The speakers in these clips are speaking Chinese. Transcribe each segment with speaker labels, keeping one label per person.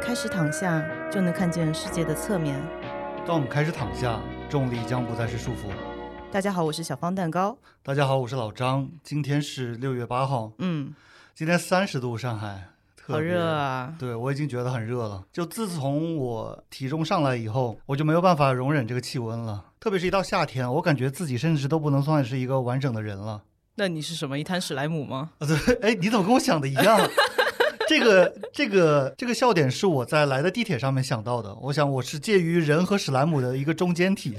Speaker 1: 开始躺下，就能看见世界的侧面。
Speaker 2: 当我们开始躺下，重力将不再是束缚。
Speaker 1: 大家好，我是小方蛋糕。
Speaker 2: 大家好，我是老张，今天是六月八号，
Speaker 1: 嗯，
Speaker 2: 今天三十度，上海特
Speaker 1: 好
Speaker 2: 别
Speaker 1: 热啊！
Speaker 2: 对我已经觉得很热了。就自从我体重上来以后，我就没有办法容忍这个气温了。特别是一到夏天，我感觉自己甚至都不能算是一个完整的人了。
Speaker 1: 那你是什么一滩史莱姆吗？
Speaker 2: 啊，对，哎，你怎么跟我想的一样？ 这个这个这个笑点是我在来的地铁上面想到的。我想我是介于人和史莱姆的一个中间体，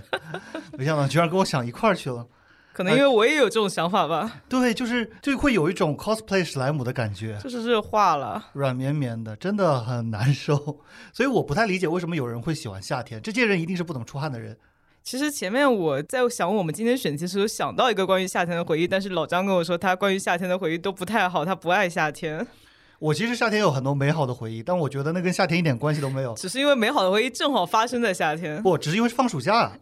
Speaker 2: 没想到居然跟我想一块儿去了。
Speaker 1: 可能因为我也有这种想法吧，
Speaker 2: 对，就是就会有一种 cosplay 史莱姆的感觉，
Speaker 1: 就是热化了。
Speaker 2: 软绵绵的，真的很难受。所以我不太理解为什么有人会喜欢夏天。这些人一定是不怎么出汗的人。
Speaker 1: 其实前面我在想我们今天选题的时候，想到一个关于夏天的回忆，但是老张跟我说他关于夏天的回忆都不太好，他不爱夏天，
Speaker 2: 我其实夏天有很多美好的回忆，但我觉得那跟夏天一点关系都 没有。
Speaker 1: 只是因为美好的回忆正好发生在夏天。
Speaker 2: 不，只是因为是放暑假，啊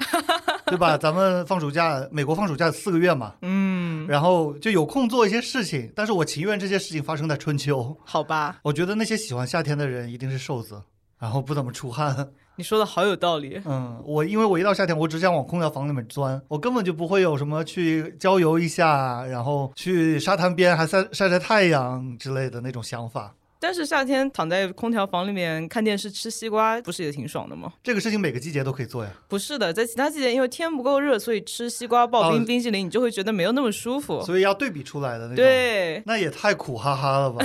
Speaker 2: 对吧？咱们放暑假，美国放暑假四个月嘛，嗯，然后就有空做一些事情。但是我情愿这些事情发生在春秋。
Speaker 1: 好吧，
Speaker 2: 我觉得那些喜欢夏天的人一定是瘦子，然后不怎么出汗。
Speaker 1: 你说的好有道理。
Speaker 2: 嗯，我因为我一到夏天，我只想往空调房里面钻，我根本就不会有什么去郊游一下，然后去沙滩边还晒晒晒太阳之类的那种想法。
Speaker 1: 但是夏天躺在空调房里面看电视吃西瓜，不是也挺爽的吗？
Speaker 2: 这个事情每个季节都可以做呀。
Speaker 1: 不是的，在其他季节因为天不够热，所以吃西瓜、刨冰、
Speaker 2: 哦
Speaker 1: 冰淇淋，你就会觉得没有那么舒服。
Speaker 2: 所以要对比出来的那
Speaker 1: 哦
Speaker 2: 种。
Speaker 1: 对，
Speaker 2: 那也太苦哈哈了吧！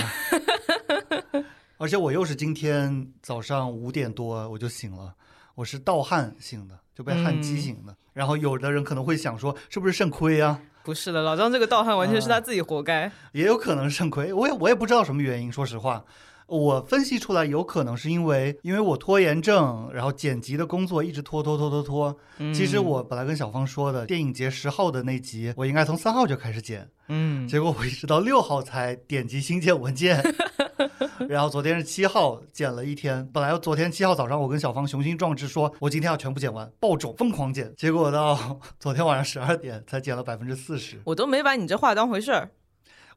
Speaker 2: 而且我又是今天早上五点多我就醒了，我是盗汗醒的，就被汗激醒的。然后有的人可能会想说，是不是肾亏啊？
Speaker 1: 不是的，老张这个盗汗完全是
Speaker 2: 嗯
Speaker 1: 他自己活该。
Speaker 2: 也有可能是肾亏，我也我也不知道什么原因。说实话，我分析出来有可能是因为因为我拖延症，然后剪辑的工作一直拖拖拖拖拖。
Speaker 1: 嗯
Speaker 2: 其实我本来跟小芳说的，电影节十号的那集，我应该从三号就开始剪，
Speaker 1: 嗯，
Speaker 2: 结果我一直到六号才点击新建文件，然后昨天是七号，剪了一天。本来昨天七号早上，我跟小芳雄心壮志说，我今天要全部剪完，爆种疯狂剪。结果到昨天晚上十二点才剪了百分之四十。
Speaker 1: 我都没把你这话当回事儿。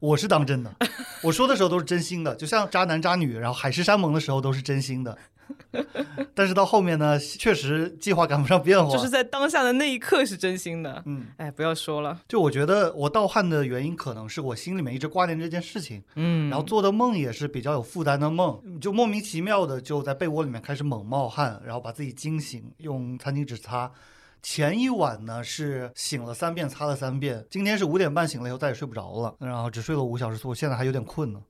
Speaker 2: 我是当真的， 我说的时候都是真心的，就像渣男渣女，然后海誓山盟的时候都是真心的。但是到后面呢，确实计划赶不上变化。
Speaker 1: 就是在当下的那一刻是真心的。
Speaker 2: 嗯，
Speaker 1: 哎，不要说了，
Speaker 2: 就我觉得我盗汗的原因，可能是我心里面一直挂念这件事情。
Speaker 1: 嗯，
Speaker 2: 然后做的梦也是比较有负担的梦，就莫名其妙的就在被窝里面开始猛冒汗，然后把自己惊醒，用餐巾纸擦。前一晚呢是醒了三遍，擦了三遍。今天是五点半醒了以后再也睡不着了，然后只睡了五小时多，我现在还有点困呢。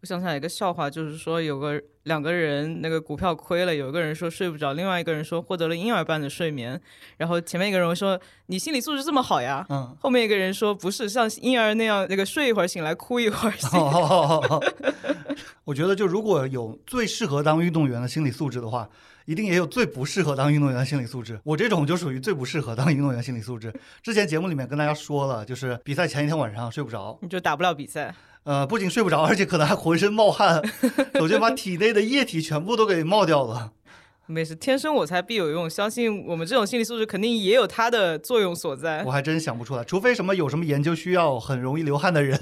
Speaker 1: 我想起来一个笑话，就是说有个两个人那个股票亏了，有一个人说睡不着，另外一个人说获得了婴儿般的睡眠，然后前面一个人说你心理素质这么好呀，
Speaker 2: 嗯，
Speaker 1: 后面一个人说不是像婴儿那样那个睡一会儿醒来哭一会儿醒，
Speaker 2: 我觉得就如果有最适合当运动员的心理素质的话，一定也有最不适合当运动员的心理素质。我这种就属于最不适合当运动员心理素质。之前节目里面跟大家说了，就是比赛前一天晚上睡不着，
Speaker 1: 你就打不了比赛。
Speaker 2: 呃，不仅睡不着，而且可能还浑身冒汗，首先把体内的液体全部都给冒掉了。
Speaker 1: 没事，天生我材必有用，相信我们这种心理素质肯定也有它的作用所在
Speaker 2: 我，还真想不出来，除非什么有什么研究需要很容易流汗的人，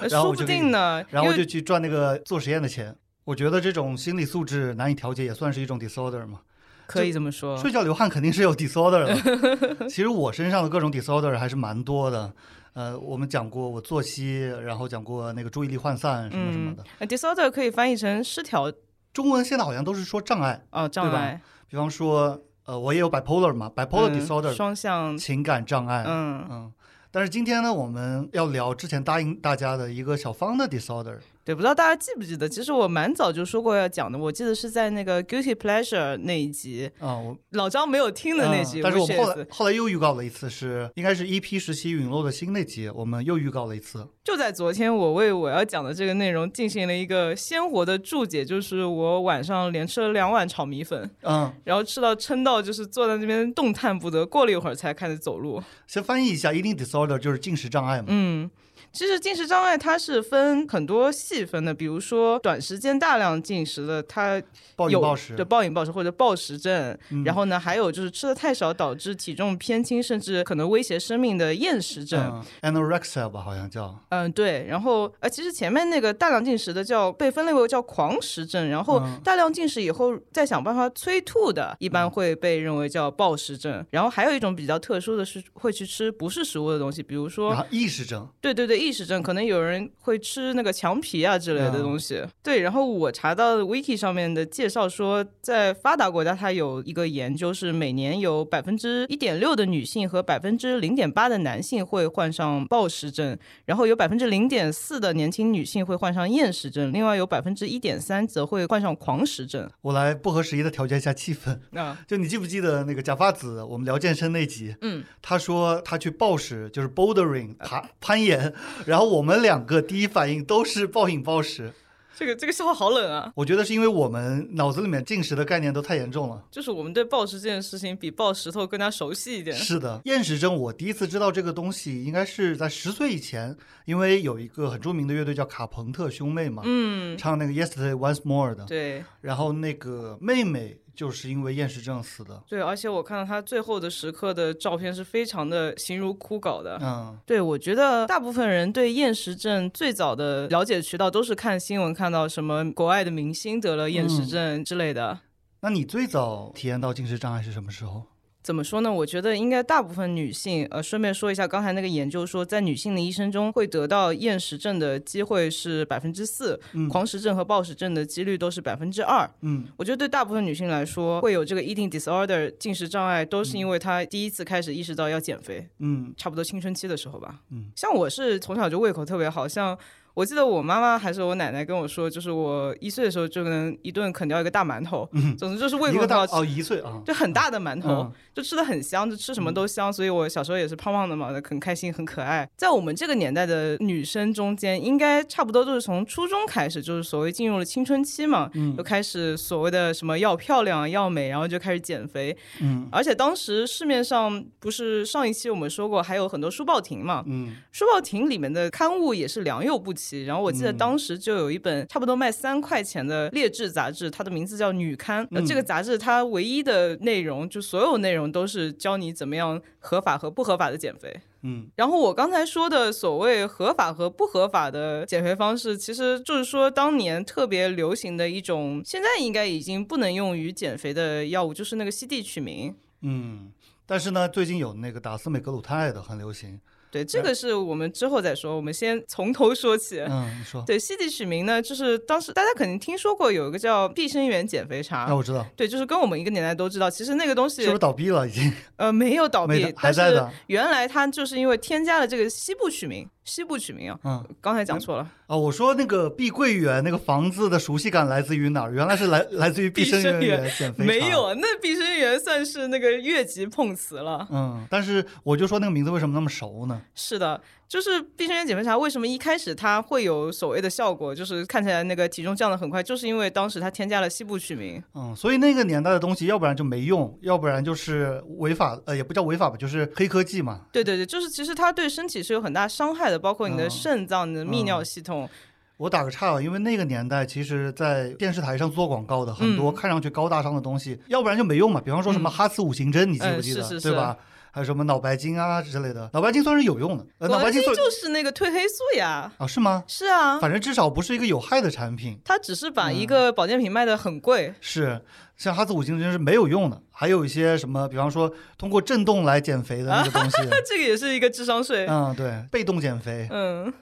Speaker 1: 呃
Speaker 2: 然
Speaker 1: 说
Speaker 2: 后我
Speaker 1: 不
Speaker 2: 就给
Speaker 1: 定呢。
Speaker 2: 然后
Speaker 1: 因为
Speaker 2: 就去赚那个做实验的钱。我觉得这种心理素质难以调节，也算是一种 disorder 嘛。
Speaker 1: 可以这么说，
Speaker 2: 睡觉流汗肯定是有 disorder 的。 其实我身上的各种 disorder 还是蛮多的。呃，我们讲过我作息，然后讲过那个注意力涣散什么什么
Speaker 1: 嗯
Speaker 2: 的。
Speaker 1: 呃，disorder 可以翻译成失调
Speaker 2: 中文现在好像都是说障碍，
Speaker 1: 哦障
Speaker 2: 对吧
Speaker 1: 碍，
Speaker 2: 比方说，呃，我也有 bipolar 嘛，bipolar
Speaker 1: 嗯
Speaker 2: disorder、
Speaker 1: 双向，
Speaker 2: 情感障碍。
Speaker 1: 嗯。
Speaker 2: 嗯，但是今天呢，我们要聊之前答应大家的一个小芳的 disorder。
Speaker 1: 对，不知道大家记不记得，其实我蛮早就说过要讲的，我记得是在那个 guilty pleasure 那一集，
Speaker 2: 啊、我
Speaker 1: 老张没有听的那集，
Speaker 2: 嗯但是我
Speaker 1: Wishes
Speaker 2: 们后来后来又预告了一次是，应该是 EP 时期陨落的心那集，我们又预告了一次。
Speaker 1: 就在昨天，我为我要讲的这个内容进行了一个鲜活的注解，就是我晚上连吃了两碗炒米粉，
Speaker 2: 嗯，
Speaker 1: 然后吃到撑到就是坐在那边动弹不得，过了一会儿才开始走路。
Speaker 2: 先翻译一下，eating disorder 就是进食障碍嘛。
Speaker 1: 嗯，其实进食障碍它是分很多细分的，比如说短时间大量进食的，它
Speaker 2: 暴饮
Speaker 1: 有
Speaker 2: 暴食
Speaker 1: 对，暴饮暴食或者暴食症。
Speaker 2: 嗯
Speaker 1: 然后呢，还有就是吃的太少导致体重偏轻，甚至可能威胁生命的厌食症。
Speaker 2: 嗯 anorexia 吧，好像叫。
Speaker 1: 嗯，对，然后呃，其实前面那个大量进食的叫被分类为叫狂食症，然后
Speaker 2: 嗯
Speaker 1: 大量进食以后再想办法催吐的，一般会被认为叫暴食症。然后还有一种比较特殊的是会去吃不是食物的东西，比如
Speaker 2: 然
Speaker 1: 说，
Speaker 2: 后意识症，
Speaker 1: 对对对，异食症，可能有人会吃那个墙皮啊之类的
Speaker 2: 嗯
Speaker 1: 东西。对，然后我查到 wiki 上面的介绍说，在发达国家它有一个研究是每年有百分之一点六的女性和百分之零点八的男性会患上暴食症，然后有百分之零点四的年轻女性会患上厌食症，另外有百分之一点三则会患上狂食症。
Speaker 2: 我来不合时宜的调节一下气氛。
Speaker 1: 啊，
Speaker 2: 就你记不记得那个假发子，我们聊健身那集，
Speaker 1: 嗯，呃
Speaker 2: 他说他去暴食，就是 bouldering 爬攀岩，然后我们两个第一反应都是暴饮暴食。
Speaker 1: 这个这个笑话好冷啊！
Speaker 2: 我觉得是因为我们脑子里面进食的概念都太严重了。
Speaker 1: 就是我们对暴食这件事情比暴石头更加熟悉一点。
Speaker 2: 是的，厌食症，我第一次知道这个东西应该是在十岁以前，因为有一个很著名的乐队叫卡朋特兄妹嘛，
Speaker 1: 嗯，
Speaker 2: 唱那个 Yesterday Once More 的，
Speaker 1: 对
Speaker 2: 然后那个妹妹就是因为厌食症死的。
Speaker 1: 对，而且我看到他最后的时刻的照片是非常的形如枯槁的。
Speaker 2: 嗯，
Speaker 1: 对，我觉得大部分人对厌食症最早的了解渠道都是看新闻，看到什么国外的明星得了厌食
Speaker 2: 嗯
Speaker 1: 症之类的。
Speaker 2: 那你最早体验到进食障碍是什么时候？
Speaker 1: 怎么说呢？我觉得应该大部分女性，呃，顺便说一下，刚才那个研究说，在女性的一生中会得到厌食症的机会是百分之四，
Speaker 2: 嗯
Speaker 1: 狂食症和暴食症的几率都是百分之二。
Speaker 2: 嗯，
Speaker 1: 我觉得对大部分女性来说，会有这个 eating disorder 进食障碍，都是因为她第一次开始意识到要减肥，
Speaker 2: 嗯
Speaker 1: 差不多青春期的时候吧。
Speaker 2: 嗯，
Speaker 1: 像我是从小就胃口特别好，像我记得我妈妈还是我奶奶跟我说，就是我一岁的时候就能一顿啃掉一个大馒头，总之就是胃
Speaker 2: 嗯
Speaker 1: 口
Speaker 2: 一个
Speaker 1: 很
Speaker 2: 大
Speaker 1: 好，
Speaker 2: 哦，一岁啊，
Speaker 1: 就很大的馒头，
Speaker 2: 嗯
Speaker 1: 就吃的很香，就吃什么都香，所以我小时候也是胖胖的嘛，很开心，很可爱。在我们这个年代的女生中间，应该差不多就是从初中开始，就是所谓进入了青春期嘛，
Speaker 2: 嗯
Speaker 1: 就开始所谓的什么要漂亮、要美，然后就开始减肥。
Speaker 2: 嗯
Speaker 1: 而且当时市面上不是上一期我们说过，还有很多书报亭嘛，
Speaker 2: 嗯
Speaker 1: 书报亭里面的刊物也是良莠不齐。然后我记得当时就有一本差不多卖三块钱的劣质杂志，它的名字叫《女刊》。那这个杂志它唯一的内容，就所有内容都是教你怎么样合法和不合法的减肥。
Speaker 2: 嗯
Speaker 1: 然后我刚才说的所谓合法和不合法的减肥方式，其实就是说当年特别流行的一种，现在应该已经不能用于减肥的药物，就是那个西地曲明。
Speaker 2: 嗯。但是呢，最近有那个打斯美格鲁肽的很流行。
Speaker 1: 对，这个是我们之后再说，我们先从头说起。
Speaker 2: 嗯，你说，
Speaker 1: 对，西地曲明呢，就是当时大家肯定听说过有一个叫碧生源减肥茶。
Speaker 2: 那啊我知道，
Speaker 1: 对，就是跟我们一个年代都知道，其实那个东西
Speaker 2: 哦是不是倒闭了已经？
Speaker 1: 呃没有倒
Speaker 2: 没
Speaker 1: 闭
Speaker 2: 的，还在的
Speaker 1: 但是原来它就是因为添加了这个西部曲名，西部曲名啊，
Speaker 2: 嗯，
Speaker 1: 刚才讲错了，
Speaker 2: 啊，我说那个碧桂园那个房子的熟悉感来自于哪儿？原来是来来自于碧生
Speaker 1: 碧生
Speaker 2: 园嗯减肥
Speaker 1: 没
Speaker 2: 茶。
Speaker 1: 有，啊那碧生源算是那个越级碰瓷了。
Speaker 2: 嗯，但是我就说那个名字为什么那么熟呢？
Speaker 1: 是的，就是碧生源减肥茶为什么一开始它会有所谓的效果，就是看起来那个体重降得很快，就是因为当时它添加了西部曲名。
Speaker 2: 嗯，所以那个年代的东西，要不然就没用，要不然就是违法，呃，也不叫违法吧，就是黑科技嘛。
Speaker 1: 对对对，就是其实它对身体是有很大伤害的，包括你的
Speaker 2: 嗯
Speaker 1: 肾脏、你的泌尿系统。
Speaker 2: 我打个岔了，因为那个年代，其实，在电视台上做广告的
Speaker 1: 嗯
Speaker 2: 很多看上去高大上的东西，要不然就没用嘛。比方说什么哈斯五行针，你记
Speaker 1: 嗯
Speaker 2: 不记
Speaker 1: 是
Speaker 2: 得？
Speaker 1: 是
Speaker 2: 对
Speaker 1: 是
Speaker 2: 吧？还有什么脑白金啊之类的，脑白金算是有用的，呃，
Speaker 1: 果
Speaker 2: 脑白
Speaker 1: 然
Speaker 2: 金算
Speaker 1: 就是那个褪黑素呀，
Speaker 2: 啊是吗？
Speaker 1: 是啊，
Speaker 2: 反正嗯至少不是一个有害的产品。
Speaker 1: 它只是把一个保健品卖的很贵。
Speaker 2: 是，像哈斯五行针是没有用的，还有一些什么，比方说通过震动来减肥的那个东西，
Speaker 1: 那 这个也是一个智商税。
Speaker 2: 嗯，对，被动减肥，
Speaker 1: 嗯，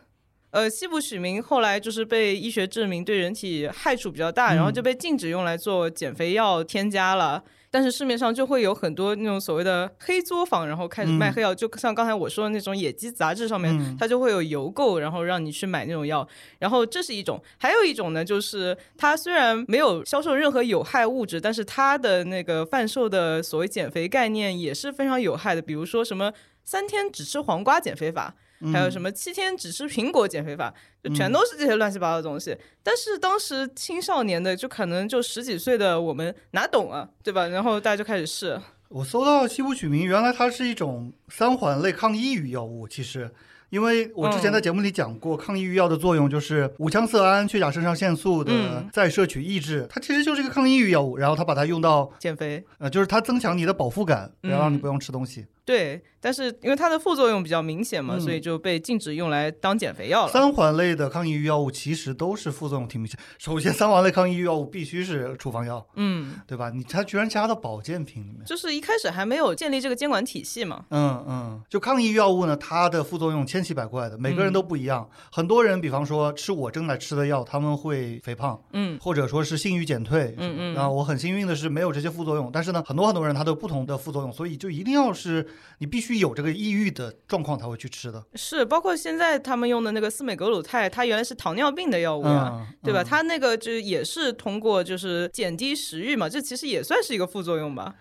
Speaker 1: 呃，西部曲明后来就是被医学证明对人体害处比较大，然后就被禁止用来做减肥药添加了。但是市面上就会有很多那种所谓的黑作坊，然后开始卖黑药，就像刚才我说的那种野鸡杂志上面，它就会有邮购，然后让你去买那种药。然后这是一种，还有一种呢，就是它虽然没有销售任何有害物质，但是它的那个贩售的所谓减肥概念也是非常有害的，比如说什么三天只吃黄瓜减肥法，还
Speaker 2: 嗯
Speaker 1: 有什么七天只吃苹果减肥法，就全都是这些乱七八糟的东西。但是当时青少年的，就可能就十几岁的我们哪懂啊，对吧？然后大家就开始试，
Speaker 2: 我搜到西部曲名，原来它是一种三环类抗抑郁药物。其实，因为我之前
Speaker 1: 嗯
Speaker 2: 在节目里讲过，抗抑郁药的作用就是五羟色胺、去甲肾上腺素的
Speaker 1: 嗯
Speaker 2: 再摄取抑制，它其实就是一个抗抑郁药物。然后它把它用到，
Speaker 1: 减肥。
Speaker 2: 呃，就是它增强你的饱腹感，然后让你
Speaker 1: 嗯
Speaker 2: 不用吃东西。
Speaker 1: 对，但是因为它的副作用比较明显嘛，
Speaker 2: 嗯
Speaker 1: 所以就被禁止用来当减肥药了。
Speaker 2: 三环类的抗抑郁药物其实都是副作用挺明显。首先，三环类抗抑郁药物必须是处方药，
Speaker 1: 嗯，
Speaker 2: 对吧？你它居然加到保健品里面。
Speaker 1: 就是一开始还没有建立这个监管体系嘛。
Speaker 2: 嗯，嗯，就抗抑郁药物呢，它的副作用千奇百怪的，每
Speaker 1: 嗯
Speaker 2: 个人都不一样。很多人，比方说吃我正在吃的药，他们会肥胖，
Speaker 1: 嗯
Speaker 2: 或者说是性欲减退。
Speaker 1: 嗯嗯
Speaker 2: 啊，我很幸运的是没有这些副作用，但是呢，很多很多人他都有不同的副作用，所以就一定要是你必须有这个抑郁的状况才会去吃的。
Speaker 1: 是，包括现在他们用的那个司美格鲁肽，它原来是糖尿病的药物哦呀、
Speaker 2: 嗯，
Speaker 1: 对吧？
Speaker 2: 嗯
Speaker 1: 它那个就是也是通过就是减低食欲嘛，这其实也算是一个副作用吧。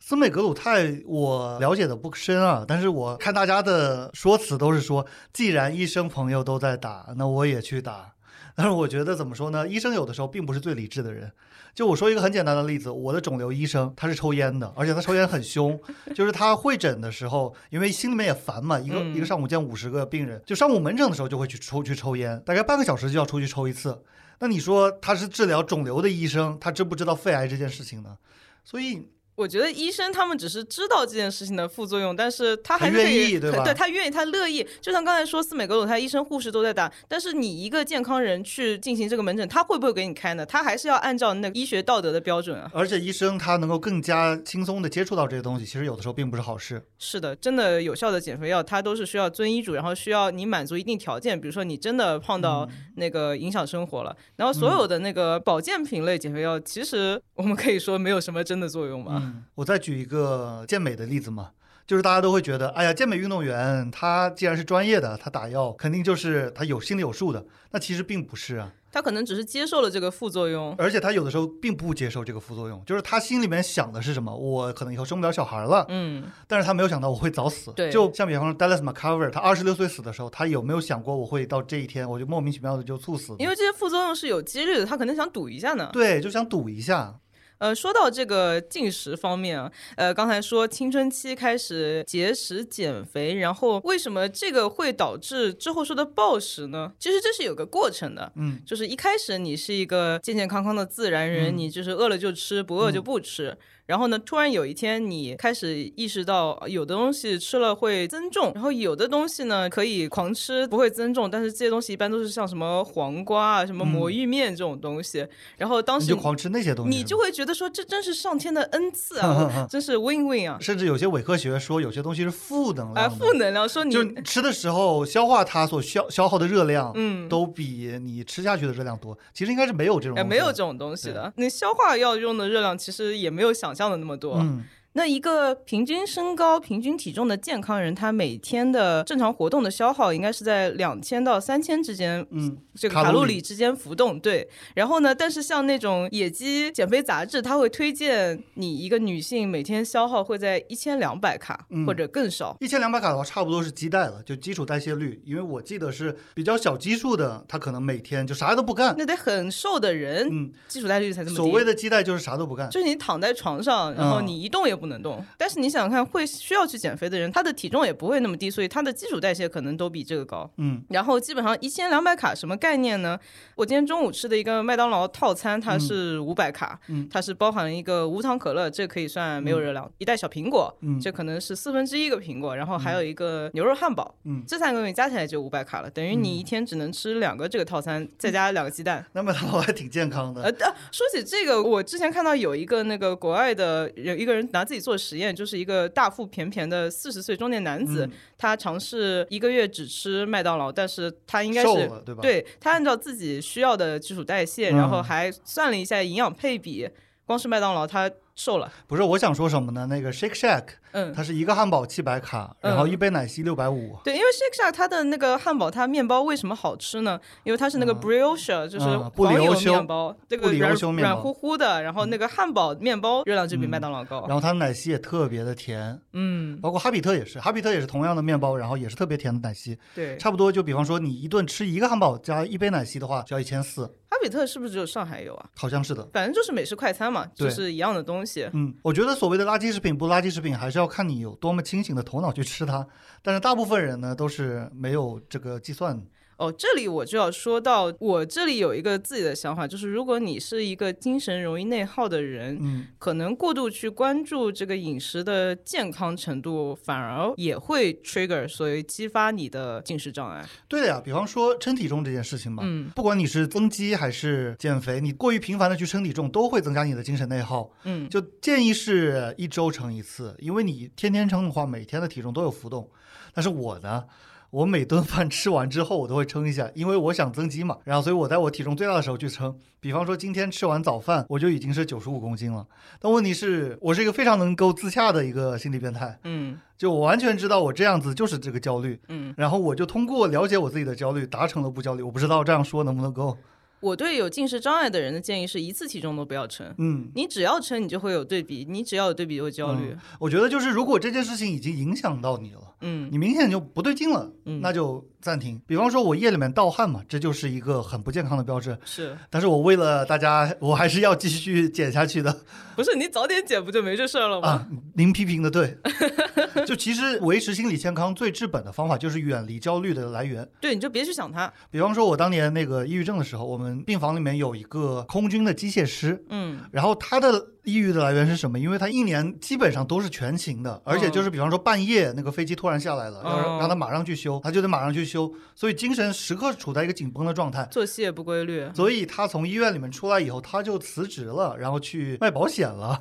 Speaker 2: 司美格鲁肽我了解的不深啊，但是我看大家的说辞都是说，既然医生朋友都在打，那我也去打。但是我觉得怎么说呢？医生有的时候并不是最理智的人。就我说一个很简单的例子，我的肿瘤医生他是抽烟的，而且他抽烟很凶，就是他会诊的时候，因为心里面也烦嘛，一个、一个上午见五十个病人，就上午门诊的时候就会去抽去抽烟，大概半个小时就要出去抽一次。那你说他是治疗肿瘤的医生，他知不知道肺癌这件事情呢？所以
Speaker 1: 我觉得医生他们只是知道这件事情的副作用，但是他还是
Speaker 2: 他愿
Speaker 1: 可以
Speaker 2: 意对吧
Speaker 1: 对他愿意，他乐意。就像刚才说司美格鲁肽，医生、护士都在打，但是你一个健康人去进行这个门诊，他会不会给你开呢？他还是要按照那个医学道德的标准啊。
Speaker 2: 而且医生他能够更加轻松的接触到这些东西，其实有的时候并不是好事。
Speaker 1: 是的，真的有效的减肥药，它都是需要遵医嘱，然后需要你满足一定条件，比如说你真的胖到
Speaker 2: 嗯
Speaker 1: 那个影响生活了。然后所有的那个保健品类减肥药，其实我们可以说没有什么真的作用吧。
Speaker 2: 我再举一个健美的例子嘛，就是大家都会觉得，哎呀，健美运动员他既然是专业的，他打药肯定就是他有心里有数的。那其实并不是啊，
Speaker 1: 他可能只是接受了这个副作用，
Speaker 2: 而且他有的时候并不接受这个副作用，就是他心里面想的是什么，我可能以后生不了小孩了，
Speaker 1: 嗯，
Speaker 2: 但是他没有想到我会早死。
Speaker 1: 对
Speaker 2: 就像比方说 Dallas McCover，他二十六岁死的时候，他有没有想过我会到这一天，我就莫名其妙的就猝死呢？
Speaker 1: 因为这些副作用是有几率的，他可能想赌一下呢。
Speaker 2: 对，就想赌一下。
Speaker 1: 呃，说到这个进食方面啊，呃，刚才说青春期开始节食减肥，然后为什么这个会导致之后说的暴食呢？其实这是有个过程的，
Speaker 2: 嗯，
Speaker 1: 就是一开始你是一个健健康康的自然人，你就是饿了就吃，不饿就
Speaker 2: 嗯
Speaker 1: 不吃。然后呢，突然有一天你开始意识到，呃有的东西吃了会增重，然后有的东西呢可以狂吃不会增重，但是这些东西一般都是像什么黄瓜啊、什么魔芋面这种东西。然后当
Speaker 2: 嗯你
Speaker 1: 时
Speaker 2: 就狂吃那些东西是吧，
Speaker 1: 你就会觉得说这真是上天的恩赐 啊，我真是 win win 啊，
Speaker 2: 甚至有些伪科学说有些东西是负能
Speaker 1: 啊
Speaker 2: 量的，
Speaker 1: 负能量说你
Speaker 2: 就。是吃的时候消化它所消消耗的热量，嗯，都比你吃下去的热量多。其实应该是没有这种
Speaker 1: 哎，
Speaker 2: 东西的，
Speaker 1: 没有这种东西的。你消化药用的热量其实也没有想象的那么多。
Speaker 2: 嗯
Speaker 1: 那一个平均身高、平均体重的健康人，他每天的正常活动的消耗应该是在两千到三千之间，
Speaker 2: 嗯，
Speaker 1: 这个
Speaker 2: 卡
Speaker 1: 卡
Speaker 2: 路
Speaker 1: 路
Speaker 2: 里
Speaker 1: 里之间浮动。对，然后呢，但是像那种野鸡减肥杂志，它会推荐你一个女性每天消耗会在一千两百卡、
Speaker 2: 嗯
Speaker 1: 或者更少。
Speaker 2: 一千两百卡的话，差不多是基代了，就基础代谢率。因为我记得是比较小基数的，他可能每天就啥都不 干。
Speaker 1: 那得很瘦的人，
Speaker 2: 嗯，
Speaker 1: 基础代谢率才这么低。
Speaker 2: 所谓的嗯基代就是啥都不干。
Speaker 1: 就是你躺在床上，然后你一动也不能动。但是你想想看，会需要去减肥的人，他的体重也不会那么低，所以他的基础代谢可能都比这个高。
Speaker 2: 嗯，
Speaker 1: 然后基本上一千两百卡什么概念呢？我今天中午吃的一个麦当劳套餐，它是五百卡，
Speaker 2: 嗯
Speaker 1: 它是包含了一个无糖可乐，这可以算没有热量，一袋小苹果，
Speaker 2: 嗯
Speaker 1: 这可能是四分之一个苹果，然后还有一个牛肉汉堡，
Speaker 2: 嗯
Speaker 1: 这三个东西加起来就五百卡了，等于你一天只能吃两个这个套餐，再加两个鸡蛋。
Speaker 2: 那么他还挺健康的
Speaker 1: 呃，，啊说起这个，我之前看到有一个那个国外的有一个人拿自己做实验，就是一个大腹便便的四十岁中年男
Speaker 2: 嗯
Speaker 1: 子，他尝试一个月只吃麦当劳，但是他应该
Speaker 2: 瘦
Speaker 1: 是
Speaker 2: 了对吧？
Speaker 1: 对他按照自己需要的基础代谢，然后
Speaker 2: 嗯
Speaker 1: 还算了一下营养配比，光是麦当劳他瘦了，
Speaker 2: 不是，我想说什么呢？那个 Shake Shack，
Speaker 1: 嗯。
Speaker 2: 它是一个汉堡七百卡，然后
Speaker 1: 嗯
Speaker 2: 一杯奶昔六百五。
Speaker 1: 对，因为 Shake Shack 它的那个汉堡，它面包为什么好吃呢？因为它是那个
Speaker 2: 嗯
Speaker 1: brioche，、就是
Speaker 2: 嗯布里
Speaker 1: 黄油
Speaker 2: 欧修
Speaker 1: 面包，这
Speaker 2: 布
Speaker 1: 个
Speaker 2: 里欧
Speaker 1: 软
Speaker 2: 修面
Speaker 1: 软
Speaker 2: 包嗯
Speaker 1: 乎乎的，然后那个汉堡面包热量就比麦当劳高
Speaker 2: 然。后它的奶昔也特别的甜，
Speaker 1: 嗯，
Speaker 2: 包括哈比特也是，哈比特也是同样的面包，然后也是特别甜的奶昔，
Speaker 1: 对。
Speaker 2: 差不多就比方说你一顿吃一个汉堡加一杯奶昔的话，就要一千四。
Speaker 1: 哈比特是不是只有上海有啊？
Speaker 2: 好像是的。
Speaker 1: 反正就是美式快餐嘛，就
Speaker 2: 对
Speaker 1: 是一样的东西。
Speaker 2: 嗯，我觉得所谓的垃圾食品不垃圾食品，还是要看你有多么清醒的头脑去吃它。但是大部分人呢，都是没有这个计算的。
Speaker 1: 哦，这里我就要说到，我这里有一个自己的想法，就是如果你是一个精神容易内耗的人，
Speaker 2: 嗯，
Speaker 1: 可能过度去关注这个饮食的健康程度，反而也会 trigger，所以激发你的进食障碍。
Speaker 2: 对的呀。比方说称体重这件事情嘛，
Speaker 1: 嗯
Speaker 2: 不管你是增肌还是减肥，你过于频繁的去称体重，都会增加你的精神内耗。
Speaker 1: 嗯，
Speaker 2: 就建议是一周称一次，因为你天天称的话，每天的体重都有浮动。但是我呢，我每顿饭吃完之后，我都会称一下，因为我想增肌嘛。然后，所以我在我体重最大的时候去称。比方说，今天吃完早饭，我就已经是九十五公斤了。但问题是我是一个非常能够自洽的一个心理变态，
Speaker 1: 嗯
Speaker 2: 就我完全知道我这样子就是这个焦虑。
Speaker 1: 嗯，
Speaker 2: 然后我就通过了解我自己的焦虑，达成了不焦虑。我不知道这样说能不能够，
Speaker 1: 我对有进食障碍的人的建议是一次体重都不要称，
Speaker 2: 嗯，
Speaker 1: 你只要称，你就会有对比，你只要有对比就会焦虑。
Speaker 2: 我觉得就是如果这件事情已经影响到你了。
Speaker 1: 嗯
Speaker 2: 你明显就不对劲了，
Speaker 1: 嗯
Speaker 2: 那就暂停。比方说，我夜里面盗汗嘛，这就是一个很不健康的标志。
Speaker 1: 是
Speaker 2: 但是我为了大家，我还是要继续减下去的
Speaker 1: 不是你早点减不就没这事儿了吗？
Speaker 2: 啊！您批评的对， 就其实维持心理健康最治本的方法就是远离焦虑的来源。
Speaker 1: 对，你就别去想它。
Speaker 2: 比方说，我当年那个抑郁症的时候，我们病房里面有一个空军的机械师，
Speaker 1: 嗯
Speaker 2: 然后他的抑郁的来源是什么？因为他一年基本上都是全勤的，而且就是比方说半夜那个飞机突然下来了，要
Speaker 1: 哦
Speaker 2: 让让他马上去修，他就得马上去修，所以精神时刻处在一个紧绷的状态。
Speaker 1: 作息也不规律。
Speaker 2: 所以他从医院里面出来以后，他就辞职了，然后去卖保险了。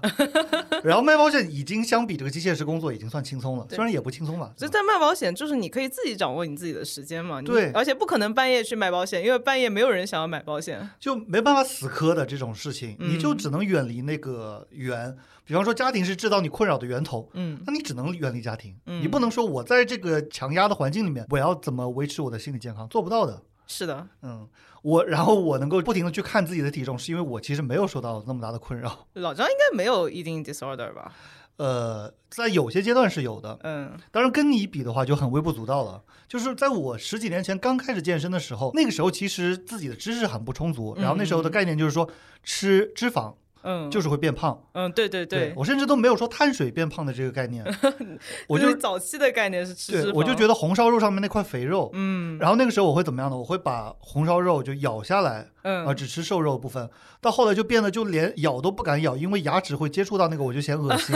Speaker 2: 然后卖保险已经相比这个机械师工作已经算轻松了，
Speaker 1: 对
Speaker 2: 虽然也不轻松吧。
Speaker 1: 所
Speaker 2: 对
Speaker 1: 以
Speaker 2: 吧
Speaker 1: 但卖保险就是你可以自己掌握你自己的时间嘛，你
Speaker 2: 对
Speaker 1: 而且不可能半夜去买保险，因为半夜没有人想要买保 险。
Speaker 2: 就没办法死磕的这种事情，你就
Speaker 1: 嗯
Speaker 2: 只能远离那个源。比方说，家庭是制造你困扰的源头，
Speaker 1: 嗯，
Speaker 2: 那你只能远离家庭，
Speaker 1: 嗯
Speaker 2: 你不能说我在这个强压的环境里面，我要怎么维持我的心理健康，做不到的。
Speaker 1: 是的，
Speaker 2: 嗯，我然后我能够不停的去看自己的体重，是因为我其实没有受到那么大的困扰。
Speaker 1: 老张应该没有 eating disorder 吧？
Speaker 2: 呃，在有些阶段是有的，
Speaker 1: 嗯
Speaker 2: 当然跟你比的话就很微不足道了。就是在我十几年前刚开始健身的时候，那个时候其实自己的知识很不充足，然后那时候的概念就是说吃脂肪
Speaker 1: 嗯，
Speaker 2: 就是会变胖。
Speaker 1: 嗯，对对对，
Speaker 2: 我甚至都没有说碳水变胖的这个 概念，我
Speaker 1: 就
Speaker 2: 就是
Speaker 1: 早期的概念是吃脂
Speaker 2: 对
Speaker 1: 肪，
Speaker 2: 我就觉得红烧肉上面那块肥肉，
Speaker 1: 嗯
Speaker 2: 然后那个时候我会怎么样呢？我会把红烧肉就咬下来，啊、
Speaker 1: 嗯，
Speaker 2: 只吃瘦肉部分。到后来就变得就连咬都不敢咬，因为牙齿会接触到那个，我就嫌恶 心，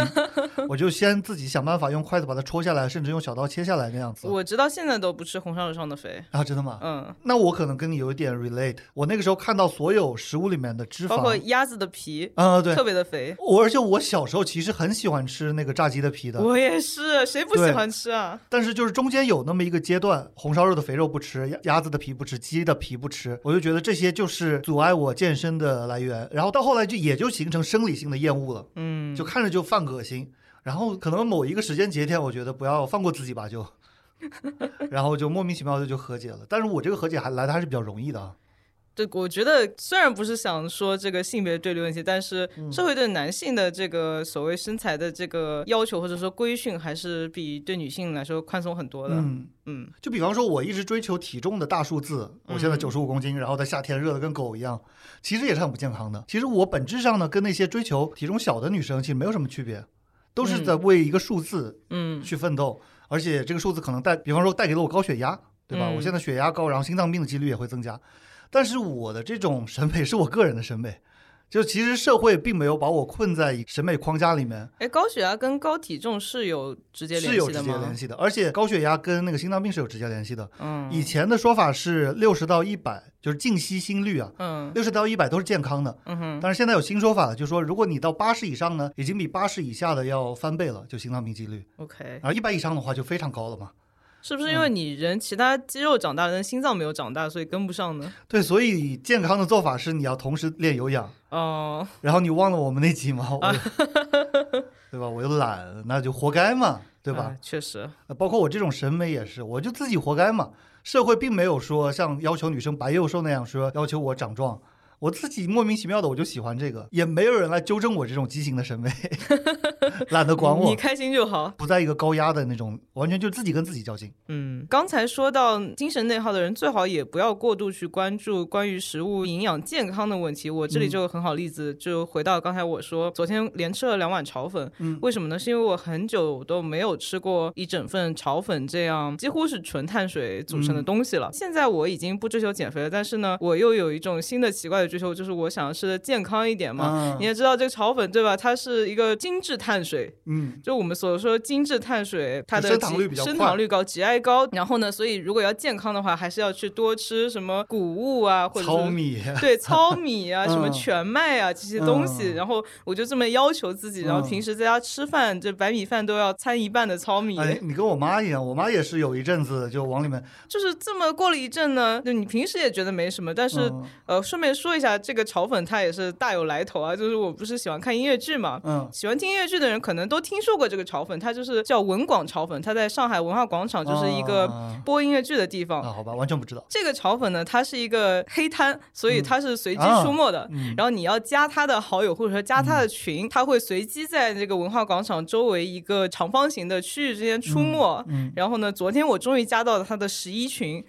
Speaker 2: 我就先自己想办法用筷子把它戳下来，甚至用小刀切下来那样子。
Speaker 1: 我直到现在都不吃红烧肉上的肥，
Speaker 2: 啊，真的吗？
Speaker 1: 嗯，
Speaker 2: 那我可能跟你有一点 relate。我那个时候看到所有食物里面的脂
Speaker 1: 包括
Speaker 2: 肪，
Speaker 1: 鸭子的皮
Speaker 2: 啊、对
Speaker 1: 特，别的肥，
Speaker 2: 我而且我小时候其实很喜欢吃那个炸鸡的皮的，
Speaker 1: 我也是，谁不喜
Speaker 2: 对
Speaker 1: 欢吃啊？
Speaker 2: 但是就是中间有那么一个阶段，红烧肉的肥肉不吃，鸭鸭子的皮不吃，鸡的皮不吃，我就觉得这些就是阻碍我健身的来源。然后到后来就也就形成生理性的厌恶了，
Speaker 1: 嗯，
Speaker 2: 就看着就犯恶心。然后可能某一个时间节点，我觉得不要放过自己吧，就，然后就莫名其妙的就和解了。但是我这个和解还来的还是比较容易的啊。
Speaker 1: 对，我觉得虽然不是想说这个性别对立问题，但是
Speaker 2: 嗯
Speaker 1: 社会对男性的这个所谓身材的这个要求或者说规训，还是比对女性来说宽松很多的。嗯
Speaker 2: 嗯，就比方说，我一直追求体重的大数字，我
Speaker 1: 嗯
Speaker 2: 现在九十五公斤，然后在夏天热的跟狗一样，其实也是很不健康的。其实我本质上呢，跟那些追求体重小的女生其实没有什么区别，都是在为一个数字
Speaker 1: 嗯
Speaker 2: 去奋斗，而且这个数字可能带，比方说带给了我高血压，对吧？
Speaker 1: 嗯
Speaker 2: 我现在血压高，然后心脏病的几率也会增加，但是我的这种审美是我个人的审美。就其实社会并没有把我困在一审美框架里面，
Speaker 1: 哎，高血压跟高体重是有直接联
Speaker 2: 是有
Speaker 1: 系
Speaker 2: 直
Speaker 1: 的
Speaker 2: 接联
Speaker 1: 吗？
Speaker 2: 系的，而且高血压跟那个心脏病是有直接联系的。以
Speaker 1: 嗯
Speaker 2: 前的说法是六十到一百，就是静息心率啊，
Speaker 1: 嗯
Speaker 2: 六十到一百都是健康的。
Speaker 1: 嗯哼
Speaker 2: 但是现在有新说法了，就说如果你到八十以上呢，已经比八十以下的要翻倍了，就心脏病几率。
Speaker 1: ，OK，
Speaker 2: 然后一百以上的话就非常高了嘛。
Speaker 1: 是不是
Speaker 2: 嗯
Speaker 1: 因为你人其他肌肉长大了，但心脏没有长大，所以跟不上呢？
Speaker 2: 对，所以健康的做法是你要同时练有氧。
Speaker 1: 哦、
Speaker 2: 然后你忘了我们那集吗？我 对吧？我又懒，那就活该嘛，对吧？
Speaker 1: 哎确实，
Speaker 2: 包括我这种审美也是，我就自己活该嘛。社会并没有说像要求女生白幼瘦那样说要求我长壮，我自己莫名其妙的我就喜欢这个，也没有人来纠正我这种畸形的审美， 懒得管
Speaker 1: 你
Speaker 2: 我，
Speaker 1: 开心就好。
Speaker 2: 不在一个高压的那种，完全就自己跟自己较劲。
Speaker 1: 嗯，刚才说到精神内耗的人，最好也不要过度去关注关于食物营养健康的问题。我
Speaker 2: 嗯
Speaker 1: 这里就有很好例子，就回到刚才我说，昨天连吃了两碗炒粉，
Speaker 2: 嗯
Speaker 1: 为什么呢？是因为我很久都没有吃过一整份炒粉这样几乎是纯碳水组
Speaker 2: 嗯
Speaker 1: 成的东西了。现在我已经不追求减肥了，但是呢，我又有一种新的奇怪的追求，就是我想要吃的健康一点嘛。
Speaker 2: 嗯
Speaker 1: 你也知道这个炒粉对吧？它是一个精致碳水，
Speaker 2: 嗯，
Speaker 1: 就我们所说精致碳水，它的
Speaker 2: 升糖
Speaker 1: 几
Speaker 2: 率比较
Speaker 1: 升
Speaker 2: 快
Speaker 1: 糖率高，GI 高。然后呢，所以如果要健康的话，还是要去多吃什么谷物啊，或者
Speaker 2: 糙
Speaker 1: 是。
Speaker 2: 米，
Speaker 1: 对糙米啊，
Speaker 2: 嗯
Speaker 1: 什么全麦啊，这些东西，
Speaker 2: 嗯
Speaker 1: 然后我就这么要求自己，然后平时在家吃饭，这白米饭都要掺一半的糙米，
Speaker 2: 哎，你跟我妈一样，我妈也是有一阵子就往里面，
Speaker 1: 就是这么过了一阵呢。就你平时也觉得没什么，但是、
Speaker 2: 嗯
Speaker 1: 呃，顺便说一下，这个炒粉它也是大有来头啊。就是我不是喜欢看音乐剧嘛，
Speaker 2: 嗯
Speaker 1: 喜欢听音乐剧的人可能都听说过这个炒粉，它就是叫文广炒粉，它在上海文化广场就是一个
Speaker 2: 啊
Speaker 1: 播音乐剧的地方。
Speaker 2: 啊，好吧，完全不 知道。
Speaker 1: 这个炒粉呢，它是一个黑摊，所以它是随机出没的。
Speaker 2: 嗯
Speaker 1: 然后你要加他的好友或者说加他的群，他会随机在这个文化广场周围一个长方形的区域之间出没。
Speaker 2: 嗯，
Speaker 1: 然后呢，昨天我终于加到了他的十一群，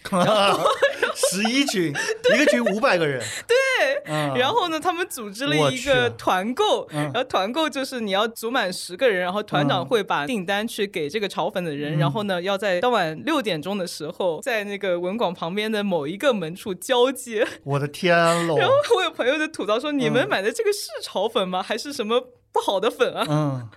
Speaker 2: 十一群，一个群五百个人，嗯对，
Speaker 1: 然后呢，他们组织了
Speaker 2: 啊我
Speaker 1: 一
Speaker 2: 去
Speaker 1: 个团购，
Speaker 2: 嗯
Speaker 1: 然后团购就是你要组满十个人，然后团长
Speaker 2: 嗯
Speaker 1: 会把订单去给这个炒粉的人，然后呢，要在当晚六点钟的时候，在那个文广旁边的某一个门处交接。
Speaker 2: 我的天喽，
Speaker 1: 然后我有朋友就吐槽说：“你们
Speaker 2: 嗯
Speaker 1: 买的这个是炒粉吗？还是什么不好的粉啊？”
Speaker 2: 嗯，